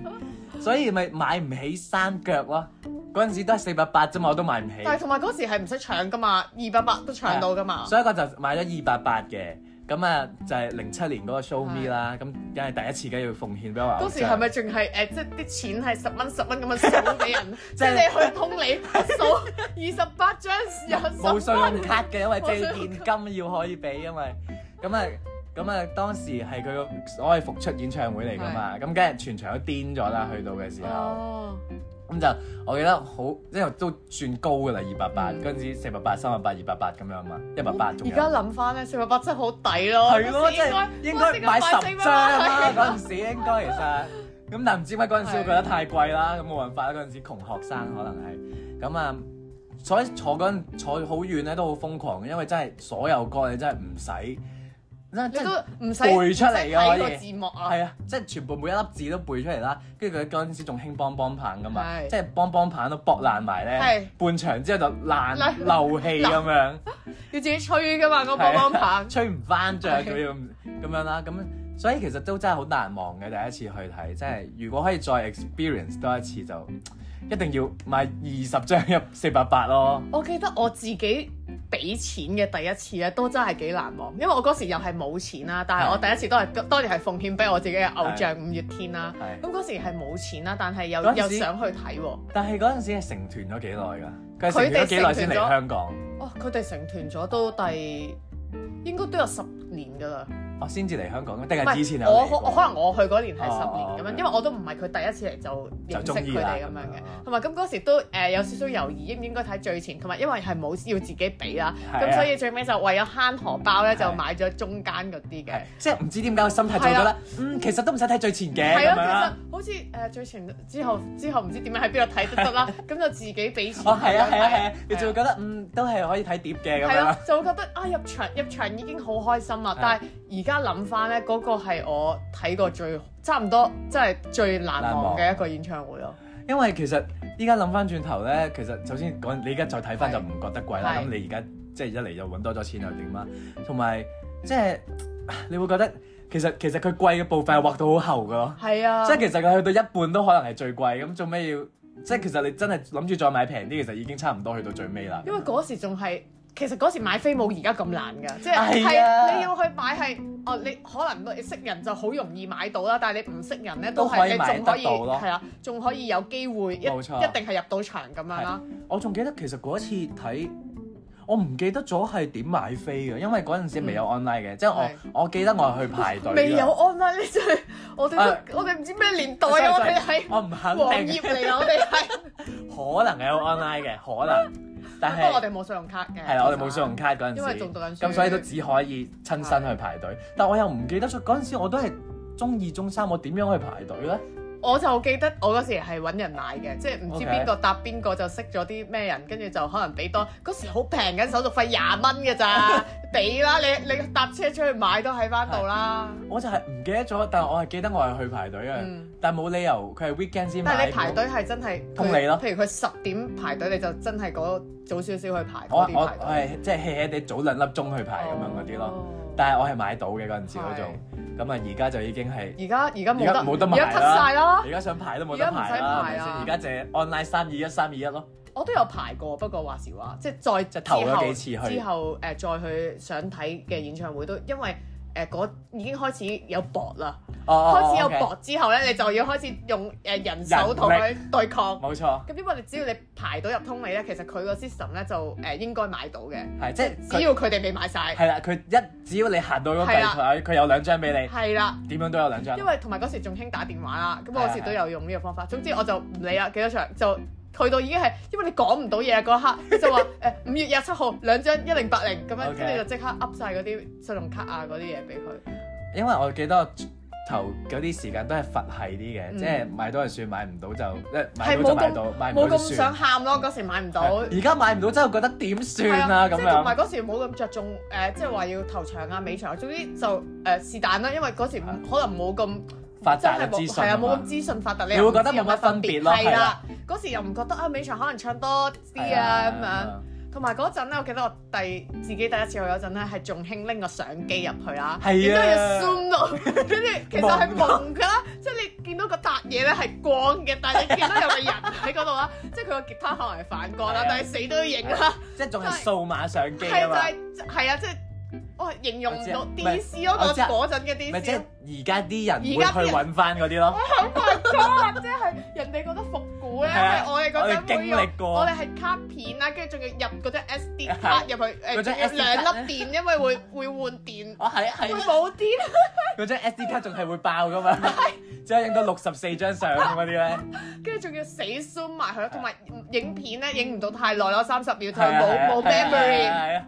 S2: 所以咪買唔起山腳咯。嗰陣時都係四百八啫嘛，我都買唔起，
S1: 但係同埋嗰時係唔使搶噶嘛，二百八都搶到噶嘛。
S2: 所以我就買咗二百八嘅。咁啊，就係零七年嗰個 Show Me 啦，咁梗係第一次梗啊係要奉獻俾我偶
S1: 嗰時
S2: 像。
S1: 係咪仲係誒，即係啲錢係十蚊十蚊咁樣數俾 人，即
S2: 即
S1: 係
S2: 係
S1: 你去通 你數二十八張有
S2: 冇
S1: 十
S2: 信
S1: 蚊
S2: 用，卡嘅，因為
S1: 冇信
S2: 借
S1: 用
S2: 現金要可以俾，因為咁啊咁啊，當時係佢個所謂復出演唱會嚟㗎嘛，咁梗係全場都癲咗啦，去到嘅時候。
S1: 哦，
S2: 咁就我記得好，因為都算高㗎啦，二百八
S1: 嗯
S2: 嗰陣時四百八、三百八、二百八咁樣嘛，一百八仲
S1: 而
S2: 有。
S1: 家諗翻咧，四百八真係好抵咯。
S2: 係咯，
S1: 哦嗰時
S2: 即係應該買十張啦，嗰陣時應該其實。咁但唔知點解嗰陣時我覺得太貴啦，咁冇辦法啦，嗰陣時窮學生可能係咁啊，所以坐嗰陣坐好遠咧都好瘋狂，因為真係所有歌你真係唔使，真
S1: 你
S2: 真
S1: 都唔使
S2: 背出嚟
S1: 唔
S2: 㗎
S1: 使睇
S2: 可
S1: 個
S2: 以
S1: 字幕啊。
S2: 係啊，即係全部每一粒字都背出嚟啦，跟住佢嗰陣時仲興幫幫棒噶嘛
S1: 係，
S2: 即係幫幫棒都搏爛埋
S1: 係
S2: 咧，半場之後就
S1: 嗱
S2: 爛漏氣咁樣，
S1: 要自己吹噶嘛，嗰棒棒棒。
S2: 啊吹唔翻着
S1: 係
S2: 佢要咁樣啦，咁所以其實都真係好難忘嘅第一次去睇，
S1: 嗯
S2: 即係如果可以再 experience 多一次就一定要買二十張入四百八咯，
S1: 我記得我自己俾俾錢嘅第一次咧，都真係幾難忘，因為我嗰時又係冇錢啦，但係我第一次都係當然係奉獻俾我自己嘅偶像五月天啦。
S2: 係。
S1: 咁嗰時係冇錢啦，但係又
S2: 嗰陣
S1: 又
S2: 時
S1: 想去睇喎。
S2: 但係嗰陣時係成團咗幾耐㗎？
S1: 佢
S2: 佢係成團
S1: 哋
S2: 咗幾耐先嚟
S1: 成團咗
S2: 香港？
S1: 哇！哦佢哋成團咗都第應該都有十年㗎啦。
S2: 哦，先至嚟香港，定
S1: 唔
S2: 係之前有
S1: 係我
S2: 嚟過
S1: 可我可能我去嗰年係
S2: 哦哦
S1: 十年咁
S2: 哦
S1: 樣，因為我都唔係佢第一次嚟就
S2: 就
S1: 認
S2: 中
S1: 識
S2: 意
S1: 佢
S2: 啦
S1: 哋咁樣
S2: 咁
S1: 嘅
S2: 樣哦，
S1: 同埋咁嗰時都誒有少少猶豫應唔應該睇最前，同埋因為係冇要自己俾啦，
S2: 係嗯
S1: 咁
S2: 啊
S1: 所以最尾就為咗慳荷包咧就
S2: 係
S1: 買咗中間嗰啲嘅啊
S2: 係。即係唔知點解個心態做咗啦。嗯，其實都唔使睇最前嘅
S1: 係
S2: 咁樣
S1: 啊
S2: 啦。，
S1: 其實好似誒最前之後之後唔知點樣喺邊度睇都得啦，咁就自己俾錢。
S2: 哦，係啊，係啊，係啊，你就
S1: 係
S2: 會覺得嗯都係可以睇碟嘅咁
S1: 係
S2: 樣
S1: 咯
S2: 啦。，
S1: 就會覺得啊入場入場已經好開心啦
S2: 係。
S1: 但係而家諗翻咧，嗰、個係我睇過最差唔多，即係最難忘嘅一個演唱會咯。
S2: 因為其實依家諗翻轉頭咧，其實首先講你而家再睇翻就唔覺得貴啦。
S1: 嗯係
S2: 咁你而家即係一嚟又揾多咗錢又點啦，同埋即係你會覺得其實其實佢貴嘅部分係畫到好厚㗎咯。
S1: 係啊，
S2: 即係其實佢去到一半都可能係最貴，咁做咩要？即係其實你真係諗住再買平啲，其實已經差唔多去到最尾啦。
S1: 因為嗰時仲係。其實嗰時買飛冇而家咁難㗎，即
S2: 係
S1: 係
S2: 啊
S1: 係啊你要去買係哦，你可能你識人就好容易買到啦，但係你唔識人咧都
S2: 都可
S1: 係
S2: 以
S1: 你
S2: 買
S1: 仲可以
S2: 得到咯
S1: 係啦，仲可以有機會一一定
S2: 冇錯
S1: 係入到場咁樣啦。
S2: 我仲記得其實嗰次睇，我唔記得咗係點買飛嘅，因為嗰陣時未有 online 嘅，即係
S1: 嗯係
S2: 我我記得我係去排隊。
S1: 未有，online 呢？真係我哋
S2: 啊
S1: 都我哋唔知咩年代
S2: 真係
S1: 啊！我哋係
S2: 我唔肯
S1: 黃
S2: 定
S1: 頁，嚟啊！我哋係。
S2: 可能有 online 嘅，可能，但
S1: 不過我
S2: 係
S1: 哋冇信用卡嘅，
S2: 係啦，我哋冇信用卡嗰
S1: 因為
S2: 陣時
S1: 仲，讀緊書，
S2: 咁所以都只可以親身去排隊。但我又唔記得咗嗰陣時，我都係中二中三，我點樣去排隊咧？
S1: 我就記得我嗰時係揾人買嘅，即係唔知
S2: OK
S1: 邊個搭邊個就識咗啲咩人，跟住就可能俾多嗰時好平緊手續費廿蚊嘅 咋，俾啦你你搭車出去買都喺翻度啦，
S2: 我就係唔記得咗，但係我係記得我係去排隊嘅，
S1: 嗯
S2: 但係冇理由佢係 weekend 先買。
S1: 但係你排隊係真係佢
S2: 通嗯你咯
S1: 譬如佢十點排隊你就真係嗰早少少去排
S2: 我
S1: 嗰啲
S2: 我
S1: 排
S2: 我
S1: 隊，
S2: 係即係 hea hea 地早兩粒鐘去排哦咁樣嗰啲咯，
S1: 哦
S2: 但係我係買到嘅嗰陣時嗰種，咁啊而家就已經係
S1: 而家而家冇
S2: 而家
S1: 得
S2: 冇得買
S1: 而
S2: 啦
S1: 家 cut 晒啦，
S2: 而家想排都冇得排啦，係咪
S1: 啊
S2: 先？而家就係 online 三二一三二一咯，
S1: 我都有排過，不過話時話，即係再
S2: 即係投咗
S1: 之後
S2: 幾次去
S1: 之後誒、呃再去想睇嘅演唱會都因為誒嗰、已經開始有搏啦，
S2: 哦
S1: 開始有
S2: 搏，
S1: 搏之後咧，你就要開始用誒、呃人手同佢對抗。
S2: 冇錯，
S1: 咁因為你只要你排到入通你咧，其實佢個 system 咧就誒、呃、應該買到嘅，
S2: 係即係
S1: 只
S2: 佢
S1: 要佢哋未買晒，
S2: 係啦，佢一只要你行到嗰個
S1: 係
S2: 櫃
S1: 啦
S2: 台，佢有兩張俾你，
S1: 係啦。
S2: 點樣都有兩張
S1: 因。為同埋嗰時仲興打電話啦，咁我嗰時
S2: 係係嗯
S1: 都有用呢個方法。總之我就唔理啦，幾多場就去到已經係，因為你講唔到嘢嗰一刻，你就話誒五月廿七號兩張一零八零咁 樣，
S2: OK
S1: 跟住就即刻噏晒嗰啲信用卡啊嗰啲嘢俾佢。
S2: 因為我記得我頭嗰啲時間都係佛系啲嘅，
S1: 嗯
S2: 即係買到就算，買唔到就誒買
S1: 係
S2: 到
S1: 冇
S2: 就買到，
S1: 咁
S2: 買唔
S1: 冇
S2: 到就
S1: 咁想
S2: 算。
S1: 喊咯，嗰時買唔到。
S2: 而家買唔到真係覺得點 算
S1: 係
S2: 啊
S1: 即
S2: 咁
S1: 係同埋
S2: 樣。
S1: 嗰時冇咁着重誒，即係話要頭場啊、尾場啊，總之就誒是但啦，因為嗰時唔可能冇咁
S2: 啊發
S1: 真
S2: 達
S1: 係
S2: 嘅資
S1: 冇
S2: 訊
S1: 係啊，
S2: 啊
S1: 冇咁
S2: 嘛
S1: 資訊發達，你
S2: 你
S1: 又
S2: 會
S1: 唔知
S2: 覺得
S1: 有
S2: 冇乜分別咯
S1: 係
S2: 係
S1: 啦
S2: 啦，
S1: 嗰時又唔覺得啊，尾場可能唱多啲
S2: 係
S1: 啊咁樣。。同埋嗰陣咧，我記得我第自己第一次去嗰陣咧，係仲興拎個相機入去啦，然
S2: 係
S1: 之
S2: 啊
S1: 後要 zoom 到，跟 住其實係蒙㗎啦，即係你見到個笪嘢咧係光嘅，但係你見到有個人喺嗰度啦，即係佢個吉他可能係反光
S2: 係
S1: 啦
S2: 啊，
S1: 但係死都要影啦，
S2: 即係仲係數碼相機
S1: 係
S2: 啊
S1: 就
S2: 嘛，
S1: 係係啊，即係我形容唔到
S2: 我知啊
S1: D.C. 嗰
S2: 我知
S1: 個
S2: 啊
S1: 嗰陣嘅 D.C.
S2: 咪即係而家啲人
S1: 而家啲
S2: 會去
S1: 人
S2: 揾翻嗰啲咯。
S1: 啊即係人哋覺得復古咧，
S2: 係啊
S1: 係我哋嗰
S2: 我哋
S1: 陣會
S2: 經歷過
S1: 用，我哋係卡片啦，跟住仲要入嗰張 SD 卡入去，
S2: 嗰
S1: 誒
S2: 張
S1: 仲要
S2: SD
S1: 兩粒電，因為會會換電，
S2: 我哦係
S1: 會
S2: 係
S1: 冇電。啊
S2: 嗰張 SD 卡仲係會爆噶嘛，只可以影到六十四張相咁嗰啲咧。
S1: 跟住仲要死 zoom 埋佢，同埋影片咧影唔到太耐咯，三十秒就
S2: 係啊係
S1: 冇
S2: 啊
S1: 冇
S2: 係啊係
S1: memory。
S2: 啊係啊，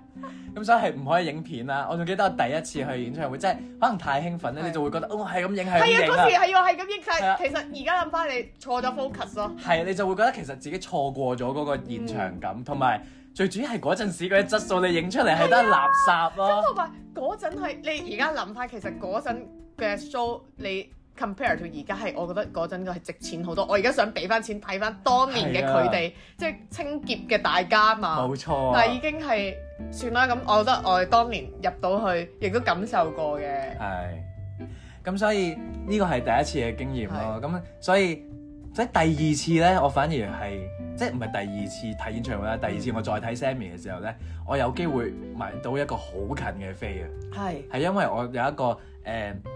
S2: 咁所以係唔可以影片啦。我仲記得我第一次去演唱會，真係可能太興奮咧，
S1: 係
S2: 你就會覺得哦係咁影係
S1: 係啊，
S2: 咁影啦
S1: 嗰時。係要係咁影
S2: 係
S1: 晒。
S2: 啊
S1: 其實而家諗翻你錯咗 focus 咯。
S2: 係，你就會覺得其實自己錯過咗嗰個現場
S1: 嗯
S2: 感，同埋、最主要係嗰陣時嗰啲質素，你影出嚟係得垃圾咯。
S1: 同埋嗰陣係你而家諗翻，其實嗰陣嘅 show 你 compare to 而家係，我覺得嗰陣係值錢好多。我而家想俾翻錢睇翻當年嘅佢
S2: 啊
S1: 哋，即係清潔嘅大家嘛。
S2: 冇錯啊
S1: 但係已，經係算啦，咁我覺得我哋當年入到去，亦都感受過嘅。
S2: 係。咁所以呢個係第一次嘅經驗咯。咁所以所以第二次呢，我反而係即係唔係第二次睇演唱會啦，第二次我再睇 Sammy 嘅時候咧，我有機會買到一個好近嘅飛啊！
S1: 係
S2: 係因為我有一個誒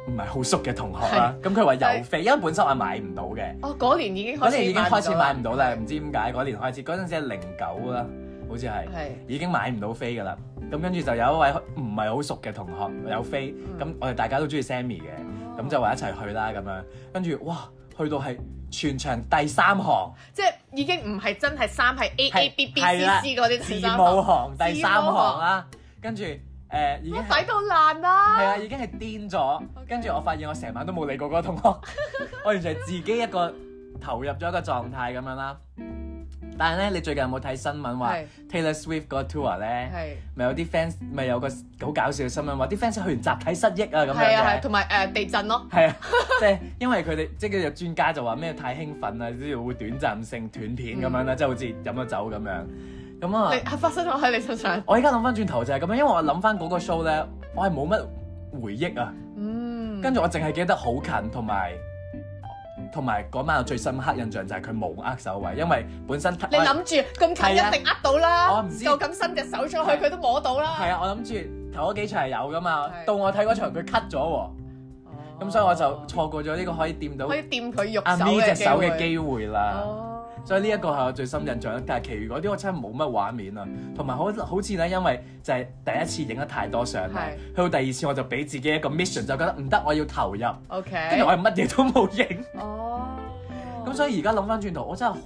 S2: 唔係好熟嘅同學啦，咁佢話郵飛，因為本身我係買唔到嘅，
S1: 哦，嗰年已經
S2: 嗰
S1: 開
S2: 年
S1: 始
S2: 已經開始買
S1: 買
S2: 唔到啦，唔知點解嗰年開始，嗰陣時係零九啦，好似係。
S1: 係
S2: 已經買唔到飛㗎啦。咁跟住就有一位唔係好熟嘅同學有飛，
S1: 嗯
S2: 咁、我哋大家都中意 Sammy 嘅，咁就話一齊去啦咁樣。跟住哇，去到係全場第三行，
S1: 即係已經唔係真係衫係 A
S2: 係
S1: A B B
S2: 係
S1: C
S2: 啦
S1: C 嗰啲
S2: 字
S1: 前三
S2: 母
S1: 行，
S2: 行第三
S1: 字母
S2: 行
S1: 行
S2: 啦。跟住誒、呃已經
S1: 我
S2: 係
S1: 抵到爛
S2: 係
S1: 啦！
S2: 啊，已經係癲咗。跟住我發現我成晚都冇理過嗰個同 學，我完全係自己一個投入咗一個狀態咁樣啦。但係咧，你最近有冇睇新聞話
S1: 係
S2: Taylor Swift 嗰個 tour 咧？
S1: 係
S2: 咪有啲 fans 咪有個好搞笑嘅新聞話啲 fans 去完集體失憶啊咁
S1: 係啊
S2: 樣
S1: 係，
S2: 嘅。
S1: 同埋誒地震咯，
S2: 係啊， 即係因為佢哋即係有專家就話咩太興奮啊，呢度會短暫性斷片咁樣啦，即係好似飲咗酒咁樣。咁
S1: 嗯你
S2: 啊，
S1: 係發生咗喺你身上，
S2: 我而家諗翻轉頭就係咁樣，因為我諗翻嗰個 show 咧，我係冇乜回憶啊，
S1: 嗯，
S2: 跟住我淨係記得好近同埋。同埋嗰晚我最深刻印象就係佢冇握手位，因為本身
S1: 你諗住咁近
S2: 係啊
S1: 一定呃到啦，
S2: 我唔知
S1: 就咁伸隻手出去佢都摸到啦，
S2: 係啊，我諗住頭嗰幾場係有噶嘛，
S1: 係
S2: 到我睇嗰場佢 cut 咗喎。
S1: 哦
S2: 咁所以我就錯過咗呢個可以掂到
S1: 可以掂佢肉
S2: 阿
S1: 手
S2: Mi 隻
S1: 嘅
S2: 手嘅
S1: 機會
S2: 機會啦。
S1: 哦
S2: 所以呢一個係我最深印象，但係其餘嗰啲我真係冇乜畫面啊。同埋好好似咧，因為就係第一次影得太多相啦，去到第二次我就俾自己一個 mission，就覺得唔得，我要投入，跟住
S1: OK，
S2: 我係乜嘢都冇影。
S1: 哦，
S2: 咁所以而家諗翻轉頭，我真係好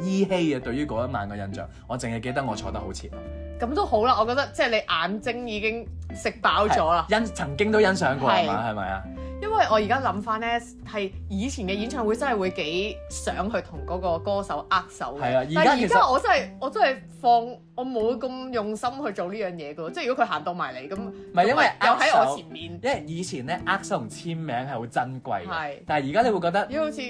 S2: 依稀啊嘅對於嗰一晚嘅印象，我淨係記得我坐得好前咯。啊
S1: 咁都好啦，我覺得即係你眼睛已經食飽咗啦。
S2: 欣曾經都欣賞過係嘛？
S1: 哦係
S2: 係咪啊？
S1: 因為我而家諗翻咧，係以前嘅演唱會真係會幾想去同嗰個歌手握手嘅。
S2: 係啊而家
S1: 但係
S2: 其
S1: 而
S2: 實
S1: 家我真係我真係放我冇咁用心去做呢樣嘢噶，即係如果佢行到埋嚟咁，唔
S2: 係因為
S1: 又
S2: 握
S1: 喺
S2: 手
S1: 我前面，
S2: 因為以前咧握手同簽名係好啊珍貴嘅
S1: 係，
S2: 但係而家你會覺得
S1: 如果好似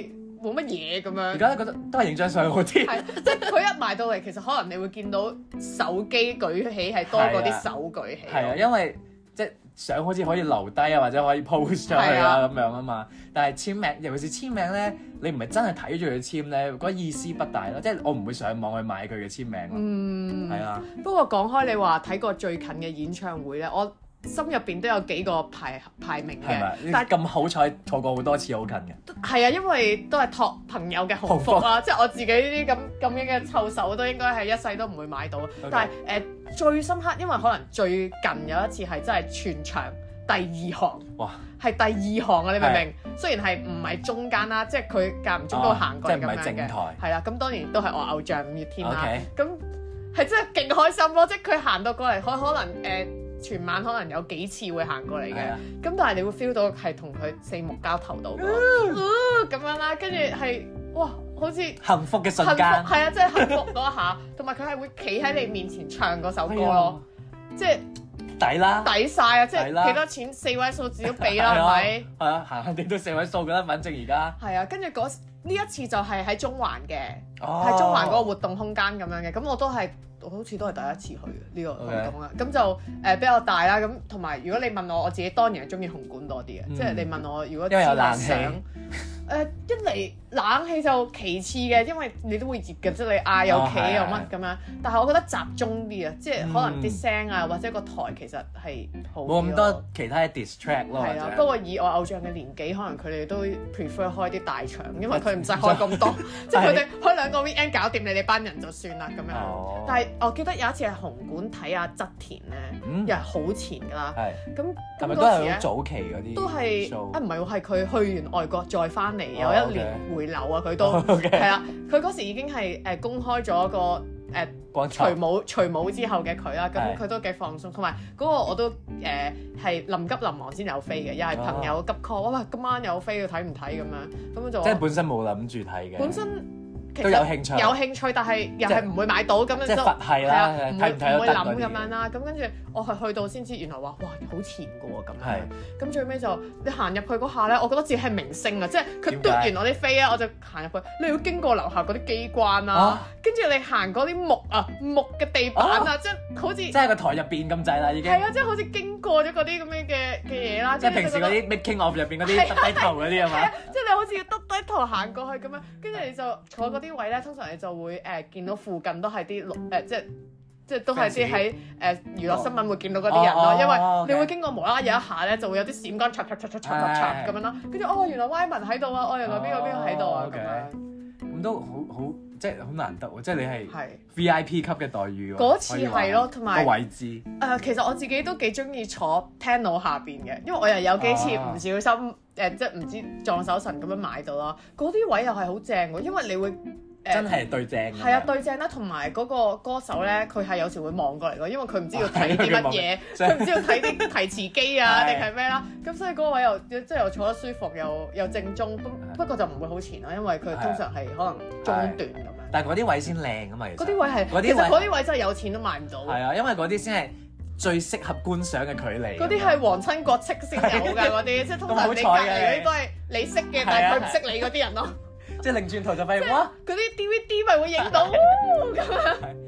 S1: 冇乜嘢咁
S2: 而
S1: 樣。
S2: 家覺得都係影張相好啲。
S1: 係，即係佢一埋到嚟，其實可能你會見到手機舉起係多過
S2: 係啊
S1: 啲手舉起。
S2: 係啊，因為即係相好似可以留低啊，或者可以 post 出去
S1: 係
S2: 啦
S1: 啊
S2: 咁樣啊嘛。但係簽名，尤其是簽名咧，你唔係真係睇住佢簽咧，嗰意思不大咯。即係我唔會上網去買佢嘅簽名咯。
S1: 嗯，
S2: 係啊，
S1: 不過講開你話睇過最近嘅演唱會咧，我心入邊都有幾個排排名
S2: 係
S1: 嘅
S2: 咪？，
S1: 但
S2: 但係咁好彩錯過好多次好近嘅，
S1: 係啊，因為都係託朋友嘅鴻福啦，即係我自己呢啲咁咁樣嘅臭手都應該係一世都唔會買 到。但係誒、呃最深刻，因為可能最近有一次係真係全場第二行，
S2: 哇！
S1: 係第二行啊！你明唔明？雖然係唔係中間啦，即係佢間唔中都會行過嚟
S2: 哦
S1: 咁
S2: 即係唔係
S1: 樣
S2: 正
S1: 嘅
S2: 台，
S1: 係啦。咁當然都係我偶像五月天啦。
S2: OK
S1: 咁係真係勁開心咯！即係佢行到過嚟，可可能誒、呃全晚可能有幾次會行過嚟嘅
S2: 係。啊，
S1: 咁但係你會 feel 到係同佢四目交投到嘅
S2: 嗯
S1: 喎，咁樣啦，跟住係哇，好似幸
S2: 幸福嘅
S1: 福
S2: 瞬間。
S1: 係啊，即係幸福嗰一下，同埋佢係會企喺你面前唱嗰首歌咯，即係
S2: 哎呀，抵啦，
S1: 抵晒啊！即
S2: 抵啊啦
S1: 係幾多錢四位數字都俾啦，
S2: 係
S1: 係
S2: 啊
S1: 咪？？
S2: 係啊，行行地都四位數㗎啦，反正而家。
S1: 係啊，跟住嗰呢一次就係喺中環嘅，
S2: 哦
S1: 喺中環嗰個活動空間咁樣嘅，咁我都係。我好似都係第一次去呢個活動啦，咁就誒、呃比較大啦，咁同埋如果你問我，我自己當然係中意紅館多啲嘅，啊
S2: 嗯
S1: 即係你問我如果
S2: 因為有冷氣
S1: 氣，誒、呃一嚟冷氣就其次嘅，因為你都會熱嘅，即係你嗌又
S2: 哦
S1: 企
S2: 係
S1: 又
S2: 係
S1: 乜咁樣，但係我覺得集中啲啊，即係可能
S2: 嗯
S1: 啲聲啊或者個台其實係好啲咯
S2: 冇咁多其他嘅 distract 咯，或
S1: 係啊
S2: 者
S1: 啦，不過以我偶像嘅年紀，可能佢哋都 prefer 開啲大場，因為佢唔使開咁 多，即係佢哋開兩個 weekend 搞掂你哋班人就算啦咁樣。
S2: 哦
S1: 但係我記得有一次係紅館睇阿側田咧，
S2: 嗯
S1: 又係好前㗎啦。
S2: 係
S1: 咁
S2: 係咪
S1: 啊咁
S2: 都
S1: 嗰時
S2: 係
S1: 咧
S2: 好早期嗰啲
S1: 都係
S2: show？
S1: 啊，唔係喎，係佢去完外國再翻嚟，
S2: 哦
S1: 有一年
S2: OK
S1: 回流啊，佢 都
S2: OK
S1: 係啦。佢嗰時已經係誒公開咗個誒。
S2: 廣
S1: 除
S2: 場
S1: 舞除舞之後嘅佢啦，咁
S2: 啊係
S1: 佢都幾放鬆，同埋嗰個我都誒呃係臨急臨忙先有飛嘅，又係朋友急 call，喂今晚有飛，睇唔睇咁樣？咁樣就
S2: 啊即係
S1: 話
S2: 本身冇諗住睇嘅，
S1: 本身其
S2: 都
S1: 實
S2: 有興趣，啊
S1: 有興趣，但係又係唔會買到咁樣
S2: 即係
S1: 都
S2: 佛系
S1: 係
S2: 啦，
S1: 啊唔
S2: 睇
S1: 會
S2: 唔睇
S1: 唔
S2: 都
S1: 會
S2: 得
S1: 諗
S2: 嗰
S1: 咁
S2: 啲
S1: 樣啦。咁跟住我係去到先知，原來話哇好前嘅喎咁
S2: 係
S1: 樣。咁最尾就你行入去嗰下咧，我覺得自己係明星啊！即係佢
S2: 點解
S1: 嘟完我啲飛啊，我就行入去。你要經過樓下嗰啲機關啦
S2: 啊，
S1: 跟住你行嗰啲木啊木嘅地板啊，即係好似
S2: 即係個台入邊咁滯啦，已經
S1: 係。啊，即係好似經過咗嗰啲咁樣嘅嘅嘢啦。
S2: 即係平時
S1: 跟住你就覺得
S2: 嗰啲 making of 入邊嗰啲
S1: 係啊
S2: 耷低頭嗰啲係
S1: 係啊
S2: 嘛？，
S1: 即係你好似要耷低頭行過去咁樣，跟住你就坐嗰啲啲位咧，通常你就會誒、呃、見到附近都係啲綠誒，即係即係都係啲喺誒娛樂新聞會見到嗰啲人
S2: 哦
S1: 咯，
S2: 哦
S1: 因為
S2: 哦
S1: 你會
S2: OK
S1: 經過無啦啦有一下咧，就會有啲閃光刷刷刷刷刷刷刷咁樣咯，跟住哦原來 Y 文喺度啊，哦原來邊個邊個喺度啊
S2: 哦
S1: 咁樣，
S2: 咁都好好即係好難得喎，即係你係
S1: 係。
S2: VIP 級嘅待遇喎。
S1: 嗰次
S2: 可以話
S1: 係咯同埋
S2: 個位置
S1: 誒、其實我自己都幾中意坐 panel 下邊嘅，因為我又有幾次唔
S2: 啊
S1: 小心誒、即係唔知撞手神咁樣買到啦。嗰啲位又係好正喎，因為你會誒
S2: 真係對正㗎。
S1: 係啊對正啦，同埋嗰個歌手咧，佢係有時會望過嚟咯，因為佢唔知要睇啲乜嘢，
S2: 真係
S1: 佢唔知要睇啲提詞機啊
S2: 係
S1: 定係咩啦。咁所以嗰位又即係又坐得舒服，又又正宗，不不過就唔會好前啦，因為佢通常係可能中段咁樣。
S2: 但係嗰啲位先靚啊嘛，其實
S1: 嗰啲位
S2: 嗰啲
S1: 係
S2: 位
S1: 其實嗰啲位真係有錢都買唔到。
S2: 係啊，因為嗰啲先係最適合觀賞嘅距離。
S1: 嗰啲係皇親國戚先有㗎，嗰啲即係通常你
S2: 啊咁
S1: 隔
S2: 好
S1: 離
S2: 彩啊嘅
S1: 嗰啲都係你識嘅，但係佢唔
S2: 啊
S1: 識你嗰啲人咯。
S2: 即係擰轉頭就發現哇，
S1: 嗰啲 DVD 咪會影
S2: 啊
S1: 到。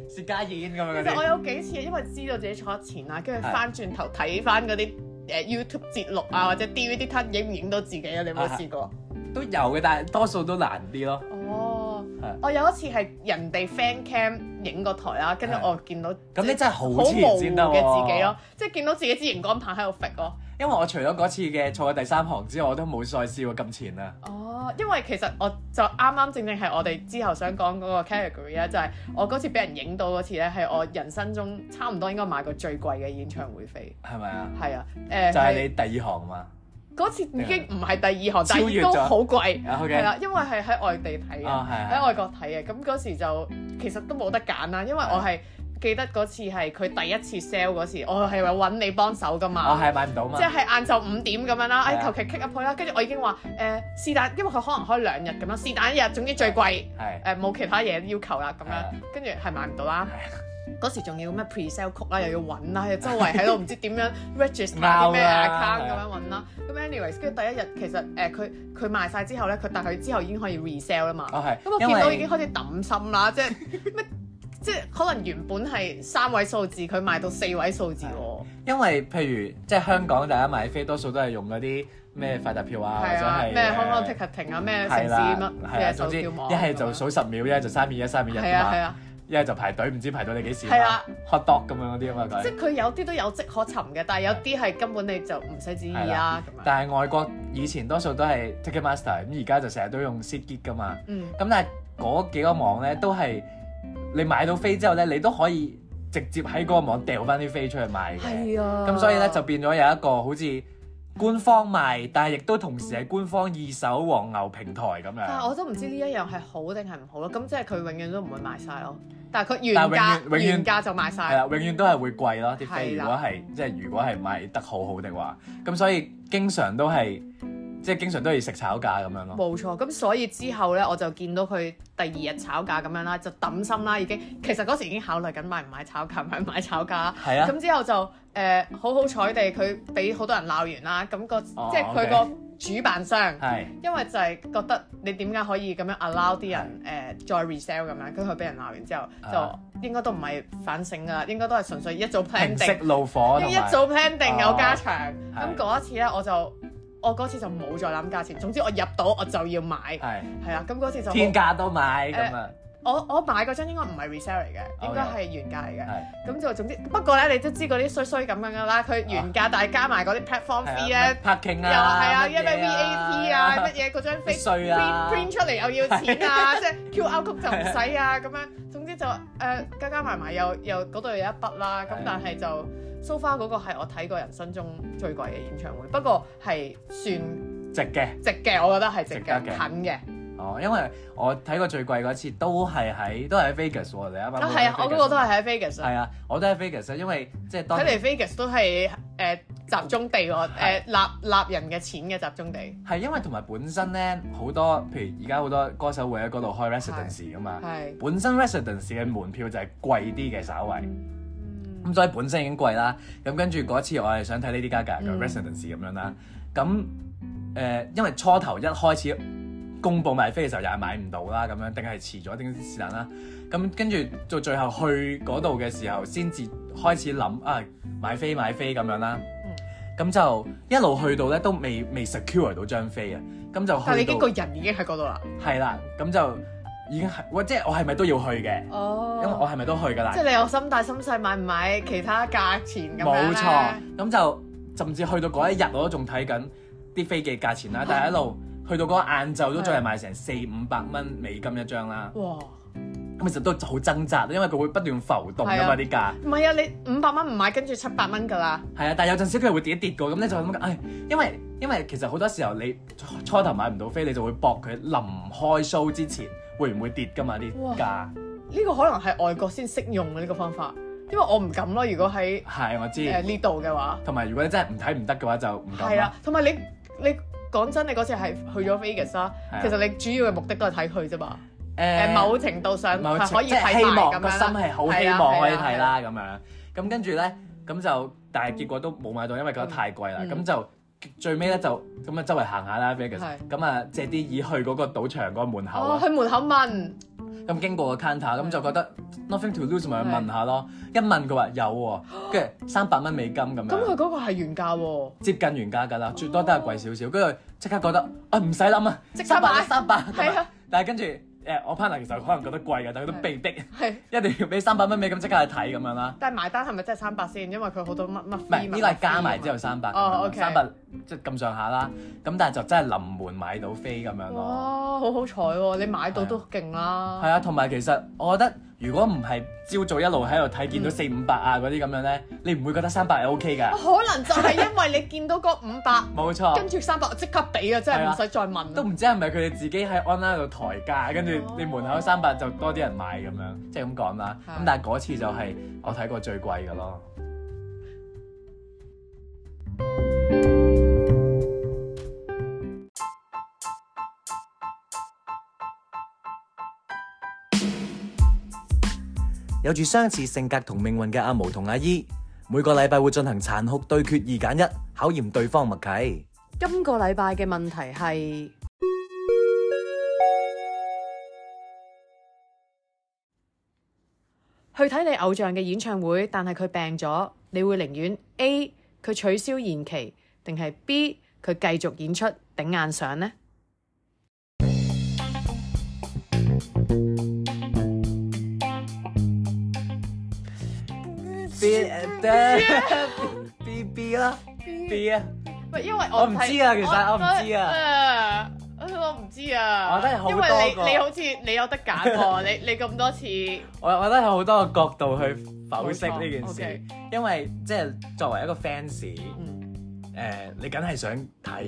S2: 薛家燕咁樣嗰
S1: 其實我
S2: 啲。
S1: 有幾次因為知道自己坐得前啦，跟住翻轉頭睇翻嗰啲誒 YouTube 節錄啊，或者 DVD 睇影唔影到自己啊？你有冇試過？
S2: 都有嘅，但係多數都難啲咯。
S1: 哦
S2: 啊係，
S1: 我有一次係人哋 fan cam 影個台啦，跟住
S2: 係啊
S1: 我見到
S2: 咁你真係
S1: 好
S2: 好
S1: 模糊
S2: 前
S1: 嘅
S2: 先得喎
S1: 自己咯，即係見到自己支熒光棒喺度揈咯。
S2: 因為我除咗嗰次嘅坐喺第三行之外，我都冇再試過咁前啊啦。
S1: 哦，因為其實我就啱啱正正係我哋之後想講嗰個 category 咧，就係我嗰次俾人影到嗰次咧，係我人生中差唔多應該買過最貴嘅演唱會飛。
S2: 係咪啊？
S1: 係啊，誒、
S2: 就係你第二行嘛。啊
S1: 嗰次已經唔係第二行，
S2: 超
S1: 但係
S2: 越
S1: 都
S2: 咗
S1: 好貴，
S2: 啊，OK
S1: 係啦，因為係喺外地睇嘅，
S2: 啊係係
S1: 喺外國睇嘅，咁嗰時就其實都冇得揀啦，因為我係記得嗰次係佢第一次 sell 嗰時，我係揾你幫手噶嘛。
S2: 我哦係買唔到嘛
S1: 即。係晏晝五點咁樣啦，
S2: 係
S1: 哎
S2: 啊
S1: 求其 kick up 去啦，跟住我已經話誒是但，因為佢可能開兩日咁樣，是但一日，總之最貴
S2: 係
S1: 誒冇其他嘢要求啦咁
S2: 係啊
S1: 樣，跟住係買唔到啦。嗰時仲要咩 pre sale 曲 啦，又要揾啦，又周圍喺度唔知點樣 register 啲咩
S2: 啱啦
S1: account 咁樣揾啦。咁 anyways，跟住第一日其實誒佢佢賣晒之後咧，佢但佢之後已經可以 resell 啦嘛。
S2: 哦係
S1: 咁我
S2: 因為
S1: 見到已經開始揼心啦，即係咩？即係可能原本係三位數字，佢賣到四位數字喎。
S2: 因為譬如即係香港大家買飛，多數都係用嗰啲咩快達票啊，或
S1: 係
S2: 者
S1: 啊，
S2: 係
S1: 咩香港
S2: 誒
S1: ticketing 啊，咩城
S2: 係
S1: 市
S2: 啦
S1: 乜，
S2: 係啊，
S1: 咩
S2: 總
S1: 售
S2: 之一
S1: 票網，
S2: 係就數十秒，一係就三二一、三二一
S1: 係啊係
S2: 啊嘛，
S1: 啊，
S2: 一係就排隊，唔知排到你幾時
S1: 係
S2: 啊
S1: 啊
S2: ，hot dog 咁樣嗰啲啊嘛
S1: 即
S2: 佢。
S1: 係佢有啲都有跡可尋嘅，但係有啲係根本你就唔使旨意
S2: 係
S1: 啦咁樣。
S2: 但係外國以前多數都係 Ticketmaster，咁而家就成日都用 SeatGeek 噶嘛。
S1: 嗯，
S2: 咁但係嗰幾個網咧都係你買到飛之後咧，你都可以直接喺嗰個網掉翻啲飛出去賣嘅。
S1: 係啊。
S2: 咁所以咧就變咗有一個好似官方賣，但係亦都同時係官方二手黃牛平台咁
S1: 但係
S2: 樣。
S1: 我都唔知呢一樣係好定係唔好咯。咁即係佢永遠都唔會賣晒咯。但係佢原
S2: 嗯但係永
S1: 價
S2: 遠永遠
S1: 原價就賣
S2: 係啦，
S1: 晒。
S2: 永遠都係會貴咯啲飛。
S1: 係
S2: 如
S1: 啦
S2: 果係即係如果係賣得好好的話，咁所以經常都係即係經常都係食炒價咁樣咯。
S1: 冇錯，咁所以之後呢，我就見到佢第二日炒價咁樣啦，就抌心啦已經。其實嗰時已經考慮緊買唔買炒價，買唔買炒價啦。
S2: 係啊，
S1: 咁之後就誒、呃好好彩地，佢俾好多人鬧完啦。咁、個
S2: 哦
S1: 即係佢個主辦商，
S2: 係
S1: 因為就係覺得你點解可以咁樣 allow 啲人誒、呃再 resell 咁樣，跟住佢俾人鬧完之後，
S2: 啊
S1: 就應該都唔係反省㗎啦，應該都係純粹一早 plan
S2: 平
S1: 定
S2: 息。怒火
S1: 因為
S2: 同埋哦
S1: 一早 plan 定有加長，
S2: 係
S1: 咁嗰一次咧我就我嗰次就冇再諗價錢，總之我入到我就要買，
S2: 係
S1: 係啊，咁嗰次就好
S2: 天價都買咁啊，
S1: 我我買嗰張應該唔係 resell 嚟嘅，
S2: OK
S1: 應該哦係原價嚟嘅，
S2: 係。
S1: 咁就總之不過咧你都知嗰啲衰衰咁樣噶啦，佢原價但係加埋嗰啲 platform fee 咧。
S2: 啊，parking
S1: 又
S2: 啊，
S1: 係啊，
S2: 乜
S1: 因為
S2: 嘢
S1: VAT 啊，乜嘢嗰張飛
S2: 稅啊
S1: print print 出嚟又要錢啊，即 係 QR code 就唔使啊，咁樣總之就誒呃加加埋埋又又嗰度有一筆啦，咁
S2: 係
S1: 但係就 so far 嗰個係我睇過人生中最貴嘅演唱會，不過係算
S2: 值嘅。
S1: 值嘅，我覺得係值
S2: 值得
S1: 嘅，
S2: 嘅
S1: 近嘅
S2: 哦，因為我睇過最貴嗰次都係喺都係喺 Vegas 喎，你啱啱
S1: 啊係啊，我嗰個都
S2: 係。
S1: 係喺 Vegas 啊
S2: 係啊，我都喺 Vegas，啊因為即係當
S1: 睇
S2: 係
S1: 嚟 Vegas 都係誒集中地喎，誒納納人嘅錢嘅集中地，
S2: 因為同埋本身咧好多，譬如而家好多歌手會喺嗰度開 residence 噶嘛，
S1: 係
S2: 本身 residence 嘅門票就係貴啲嘅，稍為。
S1: 嗯
S2: 咁所以本身已經貴啦，咁跟住嗰次我係想睇 Lady Gaga 嘅
S1: 嗯
S2: Residence 咁樣啦，咁誒、呃因為初頭一開始公佈買飛嘅時候又係買唔到啦，咁樣定係遲咗定是但啦，咁跟住到最後去嗰度嘅時候先至開始諗啊買飛買飛咁樣啦，
S1: 嗯
S2: 咁就一路去到咧都未未 secure 到張飛啊，咁就去到
S1: 但係你已經個人已經喺嗰度啦，
S2: 係啦，咁就已經係，喂，即係我係咪都要去嘅？因為我
S1: 哦，
S2: 係咪都去㗎啦
S1: 即？係你有心大心細買唔買其他價錢咁樣
S2: 冇
S1: 咧
S2: 錯，咁就甚至去到嗰一日我都仲睇緊啲飛機價
S1: 嗯
S2: 錢啦，但係一路去到嗰個晏晝都仲係賣成四五百蚊美金一張啦。
S1: 哇！
S2: 咁其實都好掙扎，因為佢會不斷浮動㗎
S1: 係
S2: 嘛
S1: 啊
S2: 啲價。
S1: 唔係啊，你五百蚊唔買，跟住七百蚊㗎啦。
S2: 係啊，但係有陣時佢係會跌一跌過，咁咧就諗緊，唉，因為因為其實好多時候你初初頭買唔到飛，你就會搏佢臨開 show 之前會唔會跌㗎嘛啲
S1: 哇
S2: 價。
S1: 呢個可能係外國先適用嘅呢個方法，因為我唔敢咯。如果喺
S2: 係我
S1: 誒
S2: 知，
S1: 呢度嘅話，
S2: 同埋如果你真係唔睇唔得嘅話就唔敢啊
S1: 係啊
S2: 啦
S1: 啦。，同埋你你講真，你嗰次係去咗 Vegas 啦
S2: 係啊，
S1: 其實你主要嘅目的都係睇佢啫嘛。誒
S2: 誒
S1: 某程度上
S2: 某
S1: 係可以
S2: 即係
S1: 睇
S2: 希
S1: 埋咁
S2: 望
S1: 樣
S2: 個
S1: 啦
S2: 心係好希
S1: 係啦
S2: 望可以
S1: 係啦
S2: 睇
S1: 係啊啦
S2: 啦咁樣。咁跟住咧，咁就但係結果都冇買到，因為覺得太貴啦。
S1: 嗯
S2: 咁就最尾咧就咁啊周圍行下啦 Vegas
S1: 係。
S2: 咁啊借啲意去嗰個賭場嗰個門口
S1: 哦，
S2: 啊。
S1: 去門口問，
S2: 咁經過個 counter，咁
S1: 係
S2: 就覺得 nothing to lose 咪去
S1: 係
S2: 問下咯。一問佢話有喎， 跟住三百蚊美金咁啊
S1: 咁佢
S2: 樣。
S1: 嗰個係原價喎，
S2: 接近原價㗎啦，最多都係貴少少，跟住即刻覺得啊唔使諗啊，
S1: 即刻
S2: 三百
S1: 買
S2: 三百，咁樣
S1: 係啊，
S2: 但係跟住誒，我 partner 其實可能覺得貴嘅，但係佢都
S1: 係
S2: 被逼
S1: 係，
S2: 一定要俾三百蚊美金即刻去睇咁樣啦。
S1: 但係埋單係咪真係三百先？因為佢好多乜乜
S2: 唔係
S1: fee
S2: 呢個係加埋之後三百，
S1: 哦，OK
S2: 三百即係咁上下啦。咁但係就真係臨門買到飛咁樣
S1: 哇
S2: 咯。，
S1: 哦好好彩喎！你買到都勁啦，
S2: 係啊，同埋其實我覺得如果唔係朝早一路喺度睇見到四五百啊嗰啲咁樣咧，你唔會覺得三百係 OK 㗎。
S1: 可能就係因為你見到嗰五百，
S2: 冇
S1: 跟
S2: 錯，
S1: 住三百即刻俾啊，真
S2: 係
S1: 係唔
S2: 啊
S1: 使再問
S2: 都
S1: 啦。
S2: 唔知係咪佢哋自己喺 online 度抬價，跟住
S1: 哦
S2: 你門口三百就多啲人買咁樣，即係咁講啦。
S1: 係
S2: 咁但係嗰次就係我睇過最貴嘅咯。有住相似性格同命運嘅阿毛同阿姨，每個禮拜會進行殘酷對決二揀一，考驗對方默契。
S1: 今個禮拜嘅問題係去睇你偶像嘅演唱會，但係佢病咗，你會寧願 A 佢取消延期，定係 B 佢繼續演出頂硬上呢？
S2: B B B 啦，B 啊，
S1: 喂，因為
S2: 我唔知啊其實我唔知
S1: 啊。我唔知啊，
S2: 我覺得有好
S1: 因
S2: 多個
S1: 為你你好似你有得揀喎，你你咁多次
S2: 我我覺得有好多個角度去剖析呢件
S1: 冇錯
S2: 事
S1: ，OK，
S2: 因為即係作為一個 fans，誒、
S1: 嗯
S2: 你梗係想睇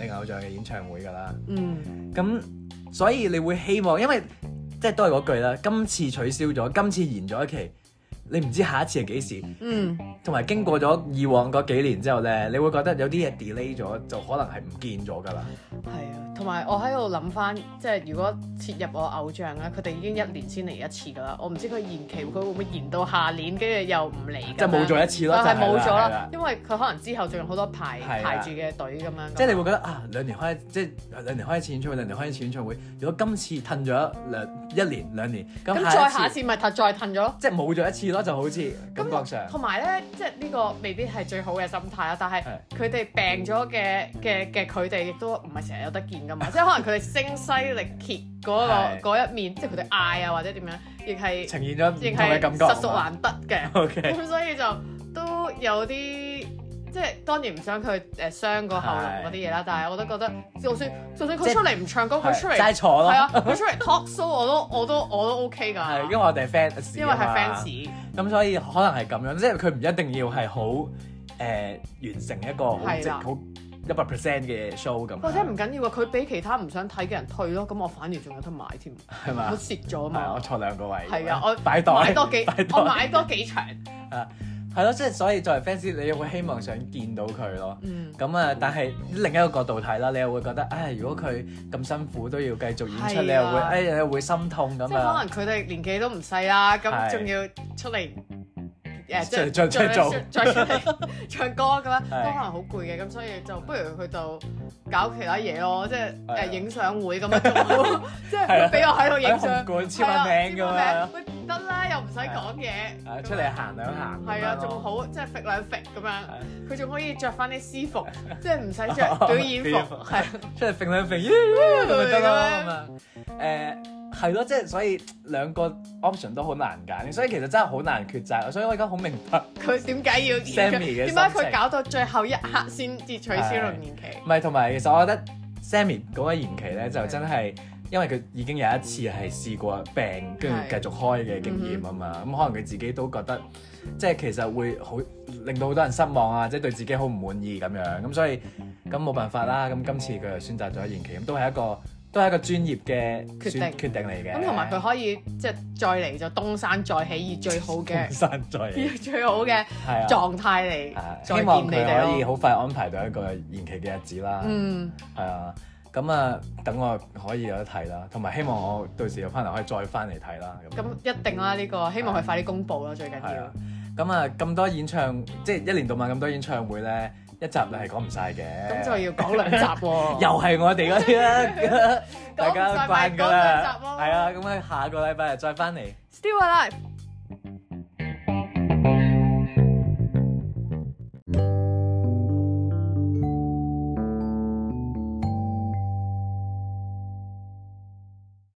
S2: 你偶像嘅演唱會㗎啦，
S1: 嗯
S2: 咁所以你會希望，因為即係都係嗰句啦，今次取消咗，今次延咗一期，你唔知下一次係幾時，
S1: 嗯
S2: 同埋經過咗以往嗰幾年之後咧，你會覺得有啲嘢 delay 咗，就可能係唔見咗㗎啦。
S1: 係啊，同埋我喺度諗翻，即係如果切入我偶像咧，佢哋已經一年先嚟一次㗎啦。我唔知佢延期，佢會唔會延到下年，跟住又唔嚟咁樣？
S2: 即係冇咗一次咯
S1: 啊係
S2: 就係啦
S1: 冇咗
S2: 係啦
S1: 啦，因為佢可能之後仲有好多排
S2: 係啦啊
S1: 排住嘅隊咁樣。
S2: 即係你會覺得啊，兩年開即係兩年開一次演唱會，兩年開一次演唱會。如果今次褪咗兩一年兩年，咁
S1: 咁再
S2: 下
S1: 下
S2: 一
S1: 一
S2: 次
S1: 次咪褪再褪咗咯。
S2: 即係冇咗一次咯，就好似感覺上
S1: 咁同埋咧，即係呢個未必係最好嘅心態啊啦。但係
S2: 係
S1: 佢哋病咗嘅嘅嘅，佢哋亦都唔係成日有得見噶嘛。即係可能佢哋聲嘶力竭嗰、
S2: 係
S1: 個嗰一面，即係佢哋嗌啊或者點樣，亦係
S2: 呈現咗唔
S1: 亦
S2: 同嘅
S1: 係
S2: 感覺。
S1: 實屬難得嘅。
S2: O K，
S1: 咁所以就都有啲。即係當然唔想佢誒傷個喉嚨嗰啲嘢啦，但係我都覺得，就算就算
S2: 即
S1: 佢
S2: 係
S1: 出嚟唔唱歌，佢出嚟
S2: 齋坐
S1: 係
S2: 咯，
S1: 啊，佢出嚟 talk show 我都我都我都 OK
S2: 係
S1: 㗎
S2: 因為，我哋係 fans，
S1: 因為係
S2: 啊嘛
S1: fans。
S2: 咁所以可能係咁樣，即係佢唔一定要係好誒完成一個好
S1: 係
S2: 即
S1: 啦
S2: 好一百 percent 嘅 show 咁樣，
S1: 或者唔緊要啊，佢俾其他唔想睇嘅人退咯，咁我反而仲有得買添，
S2: 係
S1: 我
S2: 嘛？
S1: 蝕咗啊
S2: 係啊我
S1: 嘛。
S2: 坐兩個位，
S1: 係啊，我
S2: 擺袋
S1: 買多幾
S2: 擺，
S1: 我
S2: 袋
S1: 買多幾場。
S2: 係咯，即係所以作為 fans，你會希望想見到佢咯。
S1: 嗯，
S2: 咁啊，但係另一個角度睇啦，你又會覺得，唉，如果佢咁辛苦都要繼續演出，
S1: 係啊
S2: 你又會，唉，你又會心痛
S1: 即係
S2: 咁
S1: 可
S2: 啊。
S1: 能佢哋年紀都唔細啦，
S2: 係
S1: 咁仲要出嚟誒，即
S2: 再
S1: 係
S2: 再再做
S1: 再出 嚟唱歌咁樣，都可
S2: 係
S1: 能好攰嘅，咁所以就不如佢就搞其他嘢咯，即係
S2: 係啊
S1: 誒影相會咁樣做，即
S2: 係啊
S1: 係俾我喺度
S2: 喺
S1: 影
S2: 紅
S1: 相，
S2: 館簽
S1: 係啊
S2: 下名咁
S1: 簽下
S2: 啊
S1: 名，，喂得啦，又唔使講嘢，
S2: 啊出嚟行兩行咁樣咯。
S1: 係啊，仲好即係揈兩揈咁樣
S2: 係，哦
S1: 佢仲可以着翻啲私 服，即係唔使着表演
S2: 表演
S1: 服
S2: 服，
S1: 係
S2: 出嚟揈兩揈，咦咦咁咪得
S1: 咁
S2: 咯
S1: 樣
S2: 咁啊。誒係咯，即係所以兩個 option 都好難揀，所以其實真係好難抉擇。啊所以我而家好明白，
S1: 佢點解要延
S2: Sammy
S1: 期點
S2: 嘅心
S1: 解
S2: 情
S1: 佢搞到最後一刻先至取消
S2: 係
S1: 龍年期？
S2: 唔係同埋其實我覺得 Sammy 嗰個延期咧就真係。因為佢已經有一次係試過病，跟住
S1: 係嗯
S2: 繼續開嘅經驗啊嘛，咁、可能佢自己都覺得，即係其實會好令到好多人失望啊，即係對自己好唔滿意咁樣，咁所以咁冇辦法啦，咁今次佢就選擇咗延期，咁都係一個都係一個專業嘅
S1: 決定
S2: 選決定嚟嘅。
S1: 咁同 埋佢可以即係再嚟就東山再起，以最好嘅
S2: 山 再嚟
S1: 以最好嘅
S2: 係啊。
S1: 狀態嚟
S2: 啊希
S1: 再見
S2: 望
S1: 你
S2: 佢
S1: 哋
S2: 可以
S1: 咯。
S2: 好快安排到一個延期嘅日子啦。
S1: 嗯，
S2: 係啊，咁啊，等我可以有得睇啦，同埋希望我到時有翻嚟可以再翻嚟睇啦。咁
S1: 咁一定啦，呢個希望佢快啲公佈啦，最緊
S2: 係啊
S1: 要。，
S2: 咁啊咁多演唱，即係一年到晚咁多演唱會咧，一集你係講唔晒嘅。
S1: 咁就要講兩集喎。
S2: 又係我哋嗰啲啦，大家
S1: 講唔晒咪
S2: 慣㗎
S1: 講兩
S2: 啦
S1: 集，咯
S2: 係啊，咁啊下個禮拜日再翻嚟。
S1: Still alive。